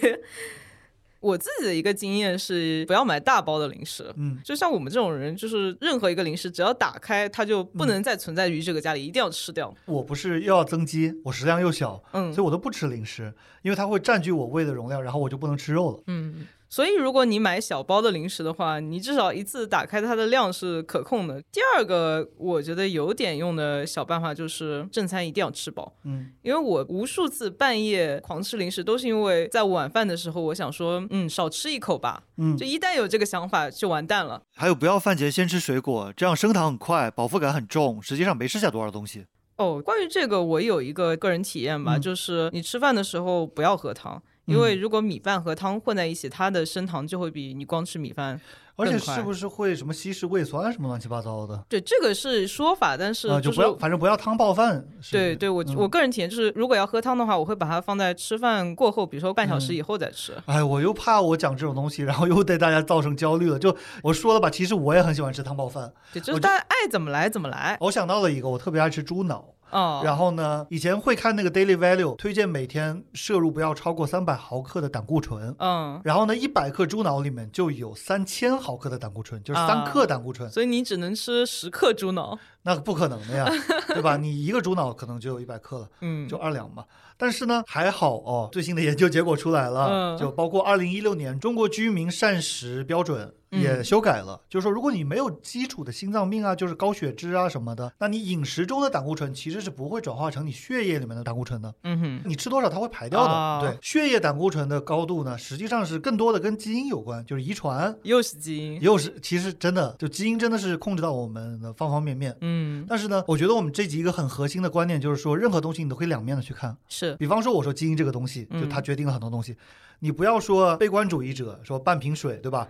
Speaker 1: 我自己的一个经验是，不要买大包的零食。
Speaker 2: 嗯，
Speaker 1: 就像我们这种人，就是任何一个零食，只要打开，它就不能再存在于这个家里，一定要吃掉。
Speaker 2: 我不是又要增肌，我食量又小，
Speaker 1: 嗯
Speaker 2: 所以我都不吃零食，因为它会占据我胃的容量，然后我就不能吃肉了。
Speaker 1: 嗯，所以如果你买小包的零食的话，你至少一次打开它的量是可控的。第二个，我觉得有点用的小办法就是正餐一定要吃饱，
Speaker 2: 嗯，
Speaker 1: 因为我无数次半夜狂吃零食，都是因为在晚饭的时候，我想说，嗯，少吃一口吧。
Speaker 2: 嗯
Speaker 1: 就一旦有这个想法，就完蛋了。
Speaker 3: 还有不要饭前先吃水果，这样升糖很快，饱腹感很重，实际上没吃下多少东西。
Speaker 1: 哦，关于这个，我有一个个人体验吧，
Speaker 2: 嗯
Speaker 1: 就是你吃饭的时候不要喝汤，因为如果米饭和汤混在一起，它的升糖就会比你光吃米饭。
Speaker 2: 而且
Speaker 1: 更快
Speaker 2: 是不是会什么稀释胃酸什么乱七八糟的？
Speaker 1: 对，这个是说法，但是
Speaker 2: 啊，
Speaker 1: 就是、
Speaker 2: 不要，反正不要汤泡饭。是
Speaker 1: 对对，我、
Speaker 2: 嗯
Speaker 1: 我个人体验就是，如果要喝汤的话，我会把它放在吃饭过后，比如说半小时以后再吃。
Speaker 2: 哎，我又怕我讲这种东西，然后又对大家造成焦虑了。就我说了吧，其实我也很喜欢吃汤泡饭。
Speaker 1: 对，就
Speaker 2: 我
Speaker 1: 是
Speaker 2: 就
Speaker 1: 大家爱怎么来怎么来。
Speaker 2: 我想到了一个，我特别爱吃猪脑。
Speaker 1: 哎哦，
Speaker 2: 然后呢，以前会看那个 Daily Value 推荐每天摄入不要超过三百毫克的胆固醇。
Speaker 1: 嗯，
Speaker 2: 然后呢，一百克猪脑里面就有三千毫克的胆固醇，就是三
Speaker 1: 啊
Speaker 2: 克胆固醇，
Speaker 1: 所以你只能吃十克猪脑。
Speaker 2: 那不可能的呀，对吧？你一个猪脑可能就有一百克了。
Speaker 1: 嗯，
Speaker 2: 就二两嘛。但是呢，还好哦，最新的研究结果出来了，
Speaker 1: 嗯
Speaker 2: 就包括二零一六年中国居民膳食标准也
Speaker 1: 嗯
Speaker 2: 修改了，就是说如果你没有基础的心脏病啊，就是高血脂啊什么的，那你饮食中的胆固醇其实是不会转化成你血液里面的胆固醇的。
Speaker 1: 嗯哼。
Speaker 2: 你吃多少它会排掉的，
Speaker 1: 啊
Speaker 2: 对，血液胆固醇的高度呢，实际上是更多的跟基因有关，就是遗传，
Speaker 1: 又是基因，
Speaker 2: 又是其实真的就基因真的是控制到我们的方方面面。
Speaker 1: 嗯，
Speaker 2: 但是呢，我觉得我们这集一个很核心的观念就是说，任何东西你都可以两面的去看，
Speaker 1: 是，
Speaker 2: 比方说，我说基因这个东西，就它
Speaker 1: 嗯
Speaker 2: 决定了很多东西。你不要说悲观主义者说半瓶水，对吧？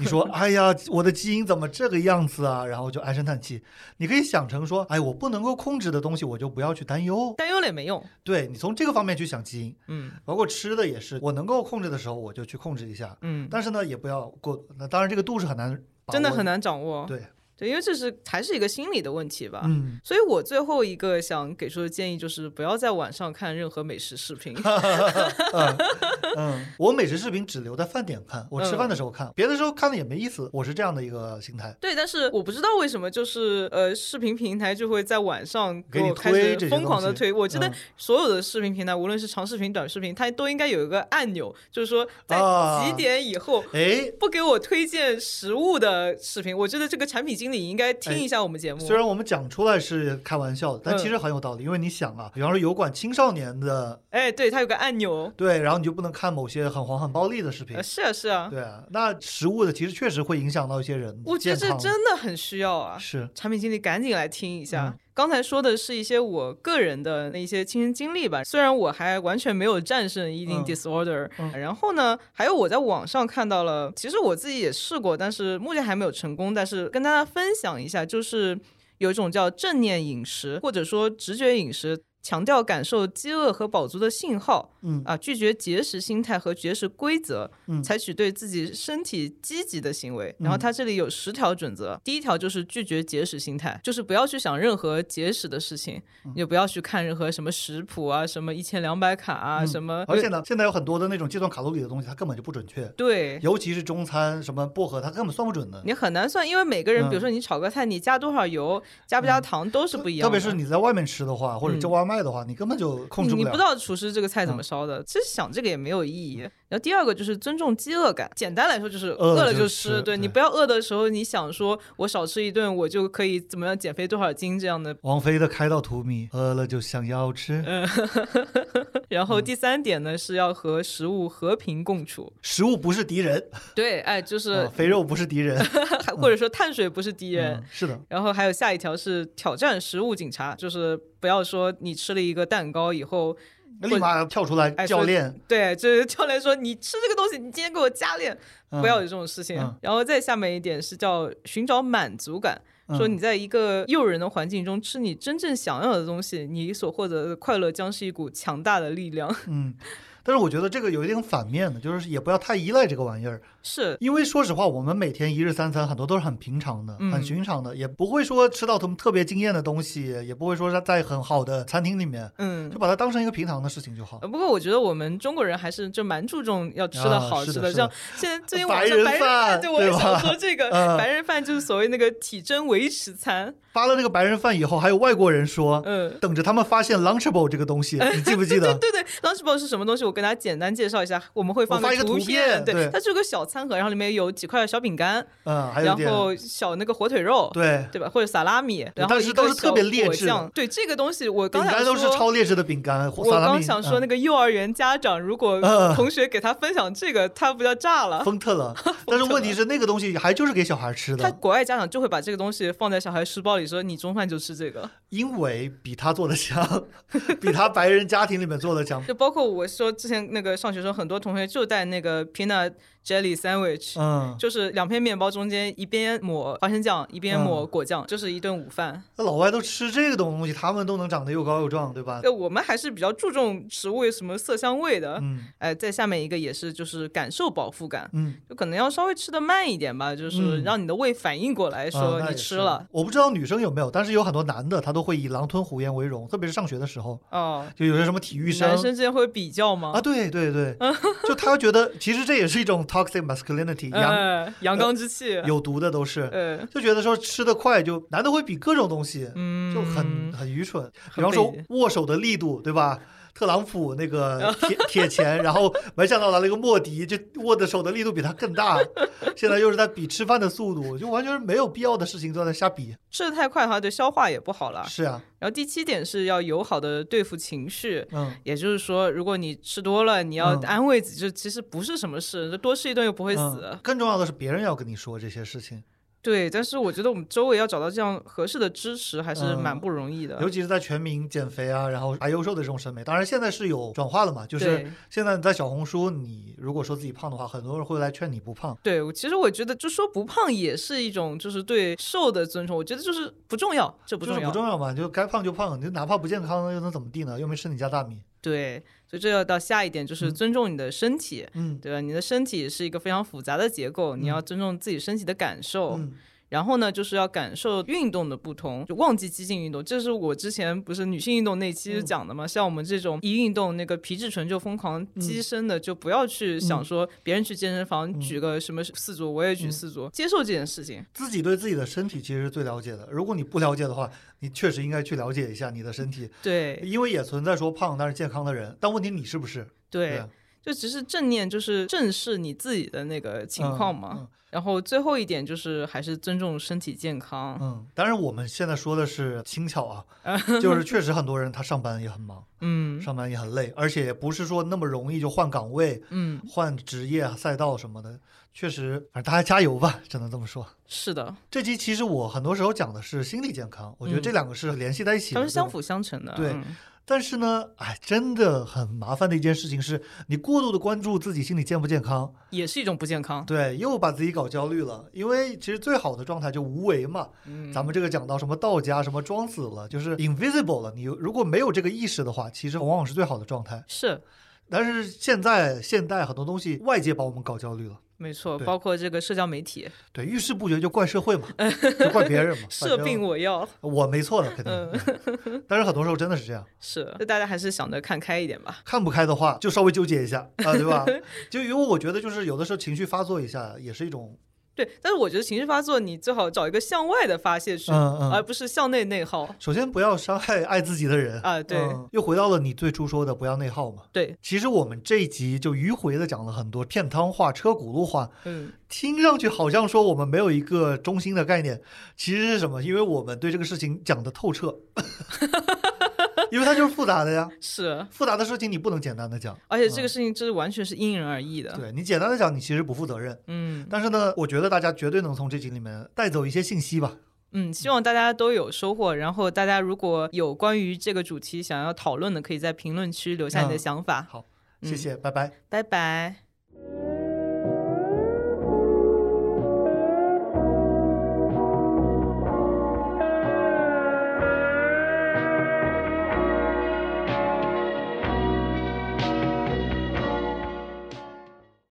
Speaker 2: 你说，哎呀，我的基因怎么这个样子啊？然后就唉声叹气。你可以想成说，哎，我不能够控制的东西，我就不要去担忧。
Speaker 1: 担忧了也没用。
Speaker 2: 对你从这个方面去想基因，
Speaker 1: 嗯
Speaker 2: 包括吃的也是，我能够控制的时候，我就去控制一下。
Speaker 1: 嗯，
Speaker 2: 但是呢，也不要过。那当然，这个度是很难把握，
Speaker 1: 真的很。难掌握。
Speaker 2: 对，
Speaker 1: 对，因为这是还是一个心理的问题吧。
Speaker 2: 嗯，
Speaker 1: 所以我最后一个想给出的建议就是，不要在晚上看任何美食视 频。
Speaker 2: 嗯， 我美食视频只留在饭点看，我吃
Speaker 1: 嗯
Speaker 2: 饭的时候看，别的时候看了也没意思。我是这样的一个心态。
Speaker 1: 对，但是我不知道为什么，就是呃，视频平台就会在晚上
Speaker 2: 给
Speaker 1: 给
Speaker 2: 你
Speaker 1: 我开
Speaker 2: 推
Speaker 1: 始
Speaker 2: 这些
Speaker 1: 疯狂的
Speaker 2: 东西
Speaker 1: 推。我觉得
Speaker 2: 嗯
Speaker 1: 所有的视频平台，无论是长视频、短视频，它都应该有一个按钮，就是说在
Speaker 2: 啊
Speaker 1: 几点以后。
Speaker 2: 哎，
Speaker 1: 不给我推荐食物的视频，我觉得这个产品经理应该听一下我们节目。
Speaker 2: 哎虽然我们讲出来是开玩笑的，但
Speaker 1: 嗯
Speaker 2: 其实很有道理。因为你想啊，比方说油管青少年的
Speaker 1: 哎，对，它有个按钮。
Speaker 2: 对，然后你就不能看某些很黄很暴力的视频
Speaker 1: 呃，，是啊，是啊，
Speaker 2: 对啊，那食物的其实确实会影响到一些人
Speaker 1: 我觉
Speaker 2: 健
Speaker 1: 得这
Speaker 2: 康。
Speaker 1: 真的很需要啊！
Speaker 2: 是，
Speaker 1: 产品经理赶紧来听一下。
Speaker 2: 嗯
Speaker 1: 刚才说的是一些我个人的那些亲身经历吧，虽然我还完全没有战胜 eating
Speaker 2: 嗯
Speaker 1: disorder、
Speaker 2: 嗯
Speaker 1: 然后呢，还有我在网上看到了，其实我自己也试过，但是目前还没有成功。但是跟大家分享一下，就是有一种叫正念饮食，或者说直觉饮食。强调感受饥饿和饱足的信号
Speaker 2: 嗯
Speaker 1: 啊，拒绝节食心态和节食规则，
Speaker 2: 嗯
Speaker 1: 采取对自己身体积极的行为。然后
Speaker 2: 嗯
Speaker 1: 它这里有十条准则，第一条就是拒绝节食心态，就是不要去想任何节食的事情，
Speaker 2: 嗯
Speaker 1: 也不要去看任何什么食谱啊、什么一千两百卡啊、什么。
Speaker 2: 嗯而且呢，现在有很多的那种计算卡路里的东西，它根本就不准确，
Speaker 1: 对。
Speaker 2: 尤其是中餐什么薄荷，它根本算不准的。
Speaker 1: 你很难算，因为每个人，
Speaker 2: 嗯
Speaker 1: 比如说你炒个菜，你加多少油、加不加糖都是不一样
Speaker 2: 特
Speaker 1: 的。嗯
Speaker 2: 别是你在外面吃的话，或者叫外卖的话，你根本就控制
Speaker 1: 你
Speaker 2: 了。嗯
Speaker 1: 你不知道厨师这个菜怎么烧的，其实想这个也没有意义。然后第二个就是尊重饥饿感，简单来说就是
Speaker 2: 饿了
Speaker 1: 饿了
Speaker 2: 就
Speaker 1: 就
Speaker 2: 吃
Speaker 1: 吃，对
Speaker 2: 对
Speaker 1: 你不要饿的时候你想说我少吃一顿我就可以怎么样减肥多少斤这样的。嗯
Speaker 2: 王菲的《开到荼蘼》，饿了就想要吃，
Speaker 1: 然
Speaker 2: 嗯
Speaker 1: 后第三点呢是要和食物和平共处，
Speaker 2: 食物不是敌人，
Speaker 1: 对，哎，就是
Speaker 2: 啊肥肉不是敌 人。
Speaker 1: 或者说碳水不是敌人
Speaker 2: 嗯。是的，
Speaker 1: 然后还有下一条是挑战食物警察，就是不要说你吃了一个蛋糕以后，
Speaker 2: 立马跳出来
Speaker 1: 哎
Speaker 2: 教
Speaker 1: 说
Speaker 2: 练。
Speaker 1: 对，就是教练说你吃这个东西，你今天给我加练，
Speaker 2: 嗯
Speaker 1: 不要有这种事情。
Speaker 2: 嗯
Speaker 1: 然后再下面一点是叫寻找满足感，
Speaker 2: 嗯
Speaker 1: 说你在一个诱人的环境中吃你真正想要的东西，你所获得的快乐将是一股强大的力量。
Speaker 2: 嗯，但是我觉得这个有一定反面的，就是也不要太依赖这个玩意儿，
Speaker 1: 是
Speaker 2: 因为说实话，我们每天一日三餐很多都是很平常的、
Speaker 1: 嗯
Speaker 2: 很寻常的，也不会说吃到什么特别惊艳的东西，也不会说是在很好的餐厅里面，
Speaker 1: 嗯
Speaker 2: 就。把它当成一个平常的事情就好
Speaker 1: 呃。不过我觉得我们中国人还是就蛮注重要吃
Speaker 2: 啊
Speaker 1: 的好
Speaker 2: 是
Speaker 1: 吃
Speaker 2: 的是的
Speaker 1: 像现在最近
Speaker 2: 白
Speaker 1: 网上
Speaker 2: 人
Speaker 1: 白人
Speaker 2: 饭
Speaker 1: 饭，对，我也
Speaker 2: 对吧
Speaker 1: 想说这个
Speaker 2: 嗯
Speaker 1: 白人饭就是所谓那个体征维持餐，
Speaker 2: 发了那个白人饭以后，还有外国人说，
Speaker 1: 嗯。
Speaker 2: 等着他们发现 Lunchable 这个东西，你记不
Speaker 1: 对
Speaker 2: 记 得？
Speaker 1: 对对，Lunchbox 是什么东西？我跟大家简单介绍一下，我们会放
Speaker 2: 我发一个
Speaker 1: 图
Speaker 2: 图片对
Speaker 1: 对，它就是个小餐盒，然后里面有几块小饼干，
Speaker 2: 嗯，还有
Speaker 1: 然
Speaker 2: 点
Speaker 1: 后小那个火腿肉，
Speaker 2: 对，
Speaker 1: 对吧？或者萨拉米，然后
Speaker 2: 但是
Speaker 1: 一个
Speaker 2: 都是特
Speaker 1: 小
Speaker 2: 别劣
Speaker 1: 果
Speaker 2: 质的
Speaker 1: 酱。对这个东西，我
Speaker 2: 饼
Speaker 1: 刚想
Speaker 2: 干都是
Speaker 1: 说
Speaker 2: 超劣质的饼干。
Speaker 1: 我
Speaker 2: 萨拉
Speaker 1: 刚
Speaker 2: 米
Speaker 1: 想说，那
Speaker 2: 嗯
Speaker 1: 个幼儿园家长如果
Speaker 2: 嗯
Speaker 1: 同学给他分享这个，啊他不要炸了？
Speaker 2: 疯特 了，但是问题是那个东西还就是给小孩吃
Speaker 1: 他
Speaker 2: 的，
Speaker 1: 国外家长就会把这个东西放在小孩书包里，说你中饭就吃这个。
Speaker 2: 因为比他做的香， 比他白人家庭里面做的 香。嗯
Speaker 1: 就包括我说之前那个上学时候，很多同学就带那个 peanut jelly sandwich，、
Speaker 2: 嗯，
Speaker 1: 就是两片面包中间一边抹花生酱，一边
Speaker 2: 嗯
Speaker 1: 抹果酱，就是一顿午饭。
Speaker 2: 那老外都吃这个东西，他们都能长得又高又壮，对吧？
Speaker 1: 呃，我们还是比较注重食物有什么色香味的。
Speaker 2: 嗯
Speaker 1: 哎，在下面一个也是，就是感受饱腹感，
Speaker 2: 嗯，
Speaker 1: 就可能要稍微吃的慢一点吧，就是
Speaker 2: 嗯
Speaker 1: 让你的胃反应过来，
Speaker 2: 啊
Speaker 1: 说
Speaker 2: 那
Speaker 1: 你
Speaker 2: 也
Speaker 1: 吃
Speaker 2: 是
Speaker 1: 了。
Speaker 2: 我不知道女生有没有，但是有很多男的他都会以狼吞虎咽为荣，特别是上学的时候，
Speaker 1: 哦，
Speaker 2: 就有些什么体育生
Speaker 1: 男生之间会比较吗？
Speaker 2: 啊，对 对对，就他觉得其实这也是一种 toxic masculinity，阳
Speaker 1: 呃，阳刚之气，
Speaker 2: 有毒的都是。
Speaker 1: 呃，
Speaker 2: 就觉得说吃得快就男的会比各种东西，
Speaker 1: 嗯，
Speaker 2: 就很很愚蠢。比
Speaker 1: 很
Speaker 2: 方说
Speaker 1: 被
Speaker 2: 握手的力度，对吧？特朗普那 个铁铁钳，然后没想到来了一个莫迪，就握的手的力度比他更大。现在又是在比吃饭的速度，就完全是没有必要的事情都在瞎比。
Speaker 1: 吃的太快的话，对消化也不好了。
Speaker 2: 是啊，
Speaker 1: 然后第七点是要友好的对付情绪。
Speaker 2: 嗯，
Speaker 1: 也就是说，如果你吃多了，你要
Speaker 2: 嗯
Speaker 1: 安慰自己，就其实不是什么事，就多吃一顿又不会死。
Speaker 2: 嗯更重要的是别人要跟你说这些事情，
Speaker 1: 对，但是我觉得我们周围要找到这样合适的支持，还是
Speaker 2: 嗯
Speaker 1: 蛮不容易的。
Speaker 2: 尤其是在全民减肥啊，然后还优瘦的这种审美。当然现在是有转化了嘛，就是
Speaker 1: 对
Speaker 2: 现在在小红书，你如果说自己胖的话，很多人会来劝你不胖。
Speaker 1: 对，我其实我觉得，就说不胖也是一种，就是对瘦的尊重。我觉得就是不重要，这不
Speaker 2: 就
Speaker 1: 重
Speaker 2: 是
Speaker 1: 要，
Speaker 2: 不重要嘛，就该胖就胖，你就哪怕不健康又能怎么地呢？又没吃你家大米。
Speaker 1: 对，所以这要到下一点，就是
Speaker 2: 嗯
Speaker 1: 尊重你的身体，
Speaker 2: 嗯
Speaker 1: 对吧？你的身体是一个非常复杂的结构，你要尊重自己身体的感受。
Speaker 2: 嗯
Speaker 1: 然后呢，就是要感受运动的不同，就忘记激进运动。这是我之前不是女性运动那
Speaker 2: 嗯
Speaker 1: 期讲的嘛？像我们这种一运动那个皮质醇就疯狂
Speaker 2: 嗯
Speaker 1: 激升的，就不要去想说别人去健身房、举个什么四组，我也
Speaker 2: 嗯
Speaker 1: 举四组，接受这件事情。
Speaker 2: 自己对自己的身体其实是最了解的。如果你不了解的话，你确实应该去了解一下你的身体，
Speaker 1: 对
Speaker 2: 因为也存在说胖但是健康的人，但问题你是不是？
Speaker 1: 对
Speaker 2: 啊，
Speaker 1: 就只是正念，就是正视你自己的那个情况嘛。
Speaker 2: 嗯
Speaker 1: 然后最后一点就是还是尊重身体健康。
Speaker 2: 嗯，当然我们现在说的是轻巧 啊，就是确实很多人他上班也很忙，
Speaker 1: 嗯
Speaker 2: 上班也很累，而且也不是说那么容易就换岗位、
Speaker 1: 嗯，
Speaker 2: 换职业啊赛道什么的。确实，反正大家加油吧，只能这么说。
Speaker 1: 是的，
Speaker 2: 这期其实我很多时候讲的是心理健康，我觉得
Speaker 1: 嗯
Speaker 2: 这两个是联系在一起的，
Speaker 1: 它们是
Speaker 2: 对吧
Speaker 1: 相辅相成的。
Speaker 2: 对
Speaker 1: 嗯
Speaker 2: 但是呢，哎，真的很麻烦的一件事情是，你过度的关注自己心理健不健康，
Speaker 1: 也是一种不健康。
Speaker 2: 对，又把自己搞焦虑了。因为其实最好的状态就无为嘛。
Speaker 1: 嗯，
Speaker 2: 咱们这个讲到什么道家什么庄子了，就是 invisible 了。你如果没有这个意识的话，其实往往是最好的状态。
Speaker 1: 是
Speaker 2: 但是现在现代很多东西外界把我们搞焦虑了。
Speaker 1: 没错，
Speaker 2: 对
Speaker 1: 包括这个社交媒体，
Speaker 2: 对，遇事不决就怪社会嘛，就怪别人嘛。反
Speaker 1: 设
Speaker 2: 正
Speaker 1: 病我要
Speaker 2: 我没错的，肯
Speaker 1: 嗯
Speaker 2: 定。对但是很多时候真的是这样。
Speaker 1: 是，那大家还是想着看开一点吧。
Speaker 2: 看不开的话，就稍微纠结一下啊，对吧？就因为我觉得，就是有的时候情绪发作一下也是一种，
Speaker 1: 对，但是我觉得情绪发作，你最好找一个向外的发泄渠，
Speaker 2: 嗯嗯
Speaker 1: 而不是向内内耗。
Speaker 2: 首先不要伤害爱自己的人
Speaker 1: 啊对
Speaker 2: 嗯又回到了你最初说的不要内耗嘛。
Speaker 1: 对，
Speaker 2: 其实我们这一集就迂回的讲了很多片汤话、车轱辘话，
Speaker 1: 嗯，
Speaker 2: 听上去好像说我们没有一个中心的概念，其实是什么？因为我们对这个事情讲的透彻， 因为它就是复杂的呀，
Speaker 1: 是，
Speaker 2: 复杂的事情你不能简单的讲，
Speaker 1: 而且这个事情这是完全是因人而异的。
Speaker 2: 嗯对你简单的讲，你其实不负责任。
Speaker 1: 嗯
Speaker 2: 但是呢，我觉得大家绝对能从这集里面带走一些信息吧。
Speaker 1: 嗯，希望大家都有收获。然后大家如果有关于这个主题想要讨论的，可以在评论区留下你的
Speaker 2: 嗯
Speaker 1: 想法。
Speaker 2: 好，
Speaker 1: 嗯
Speaker 2: 谢谢，拜拜。
Speaker 1: 拜拜。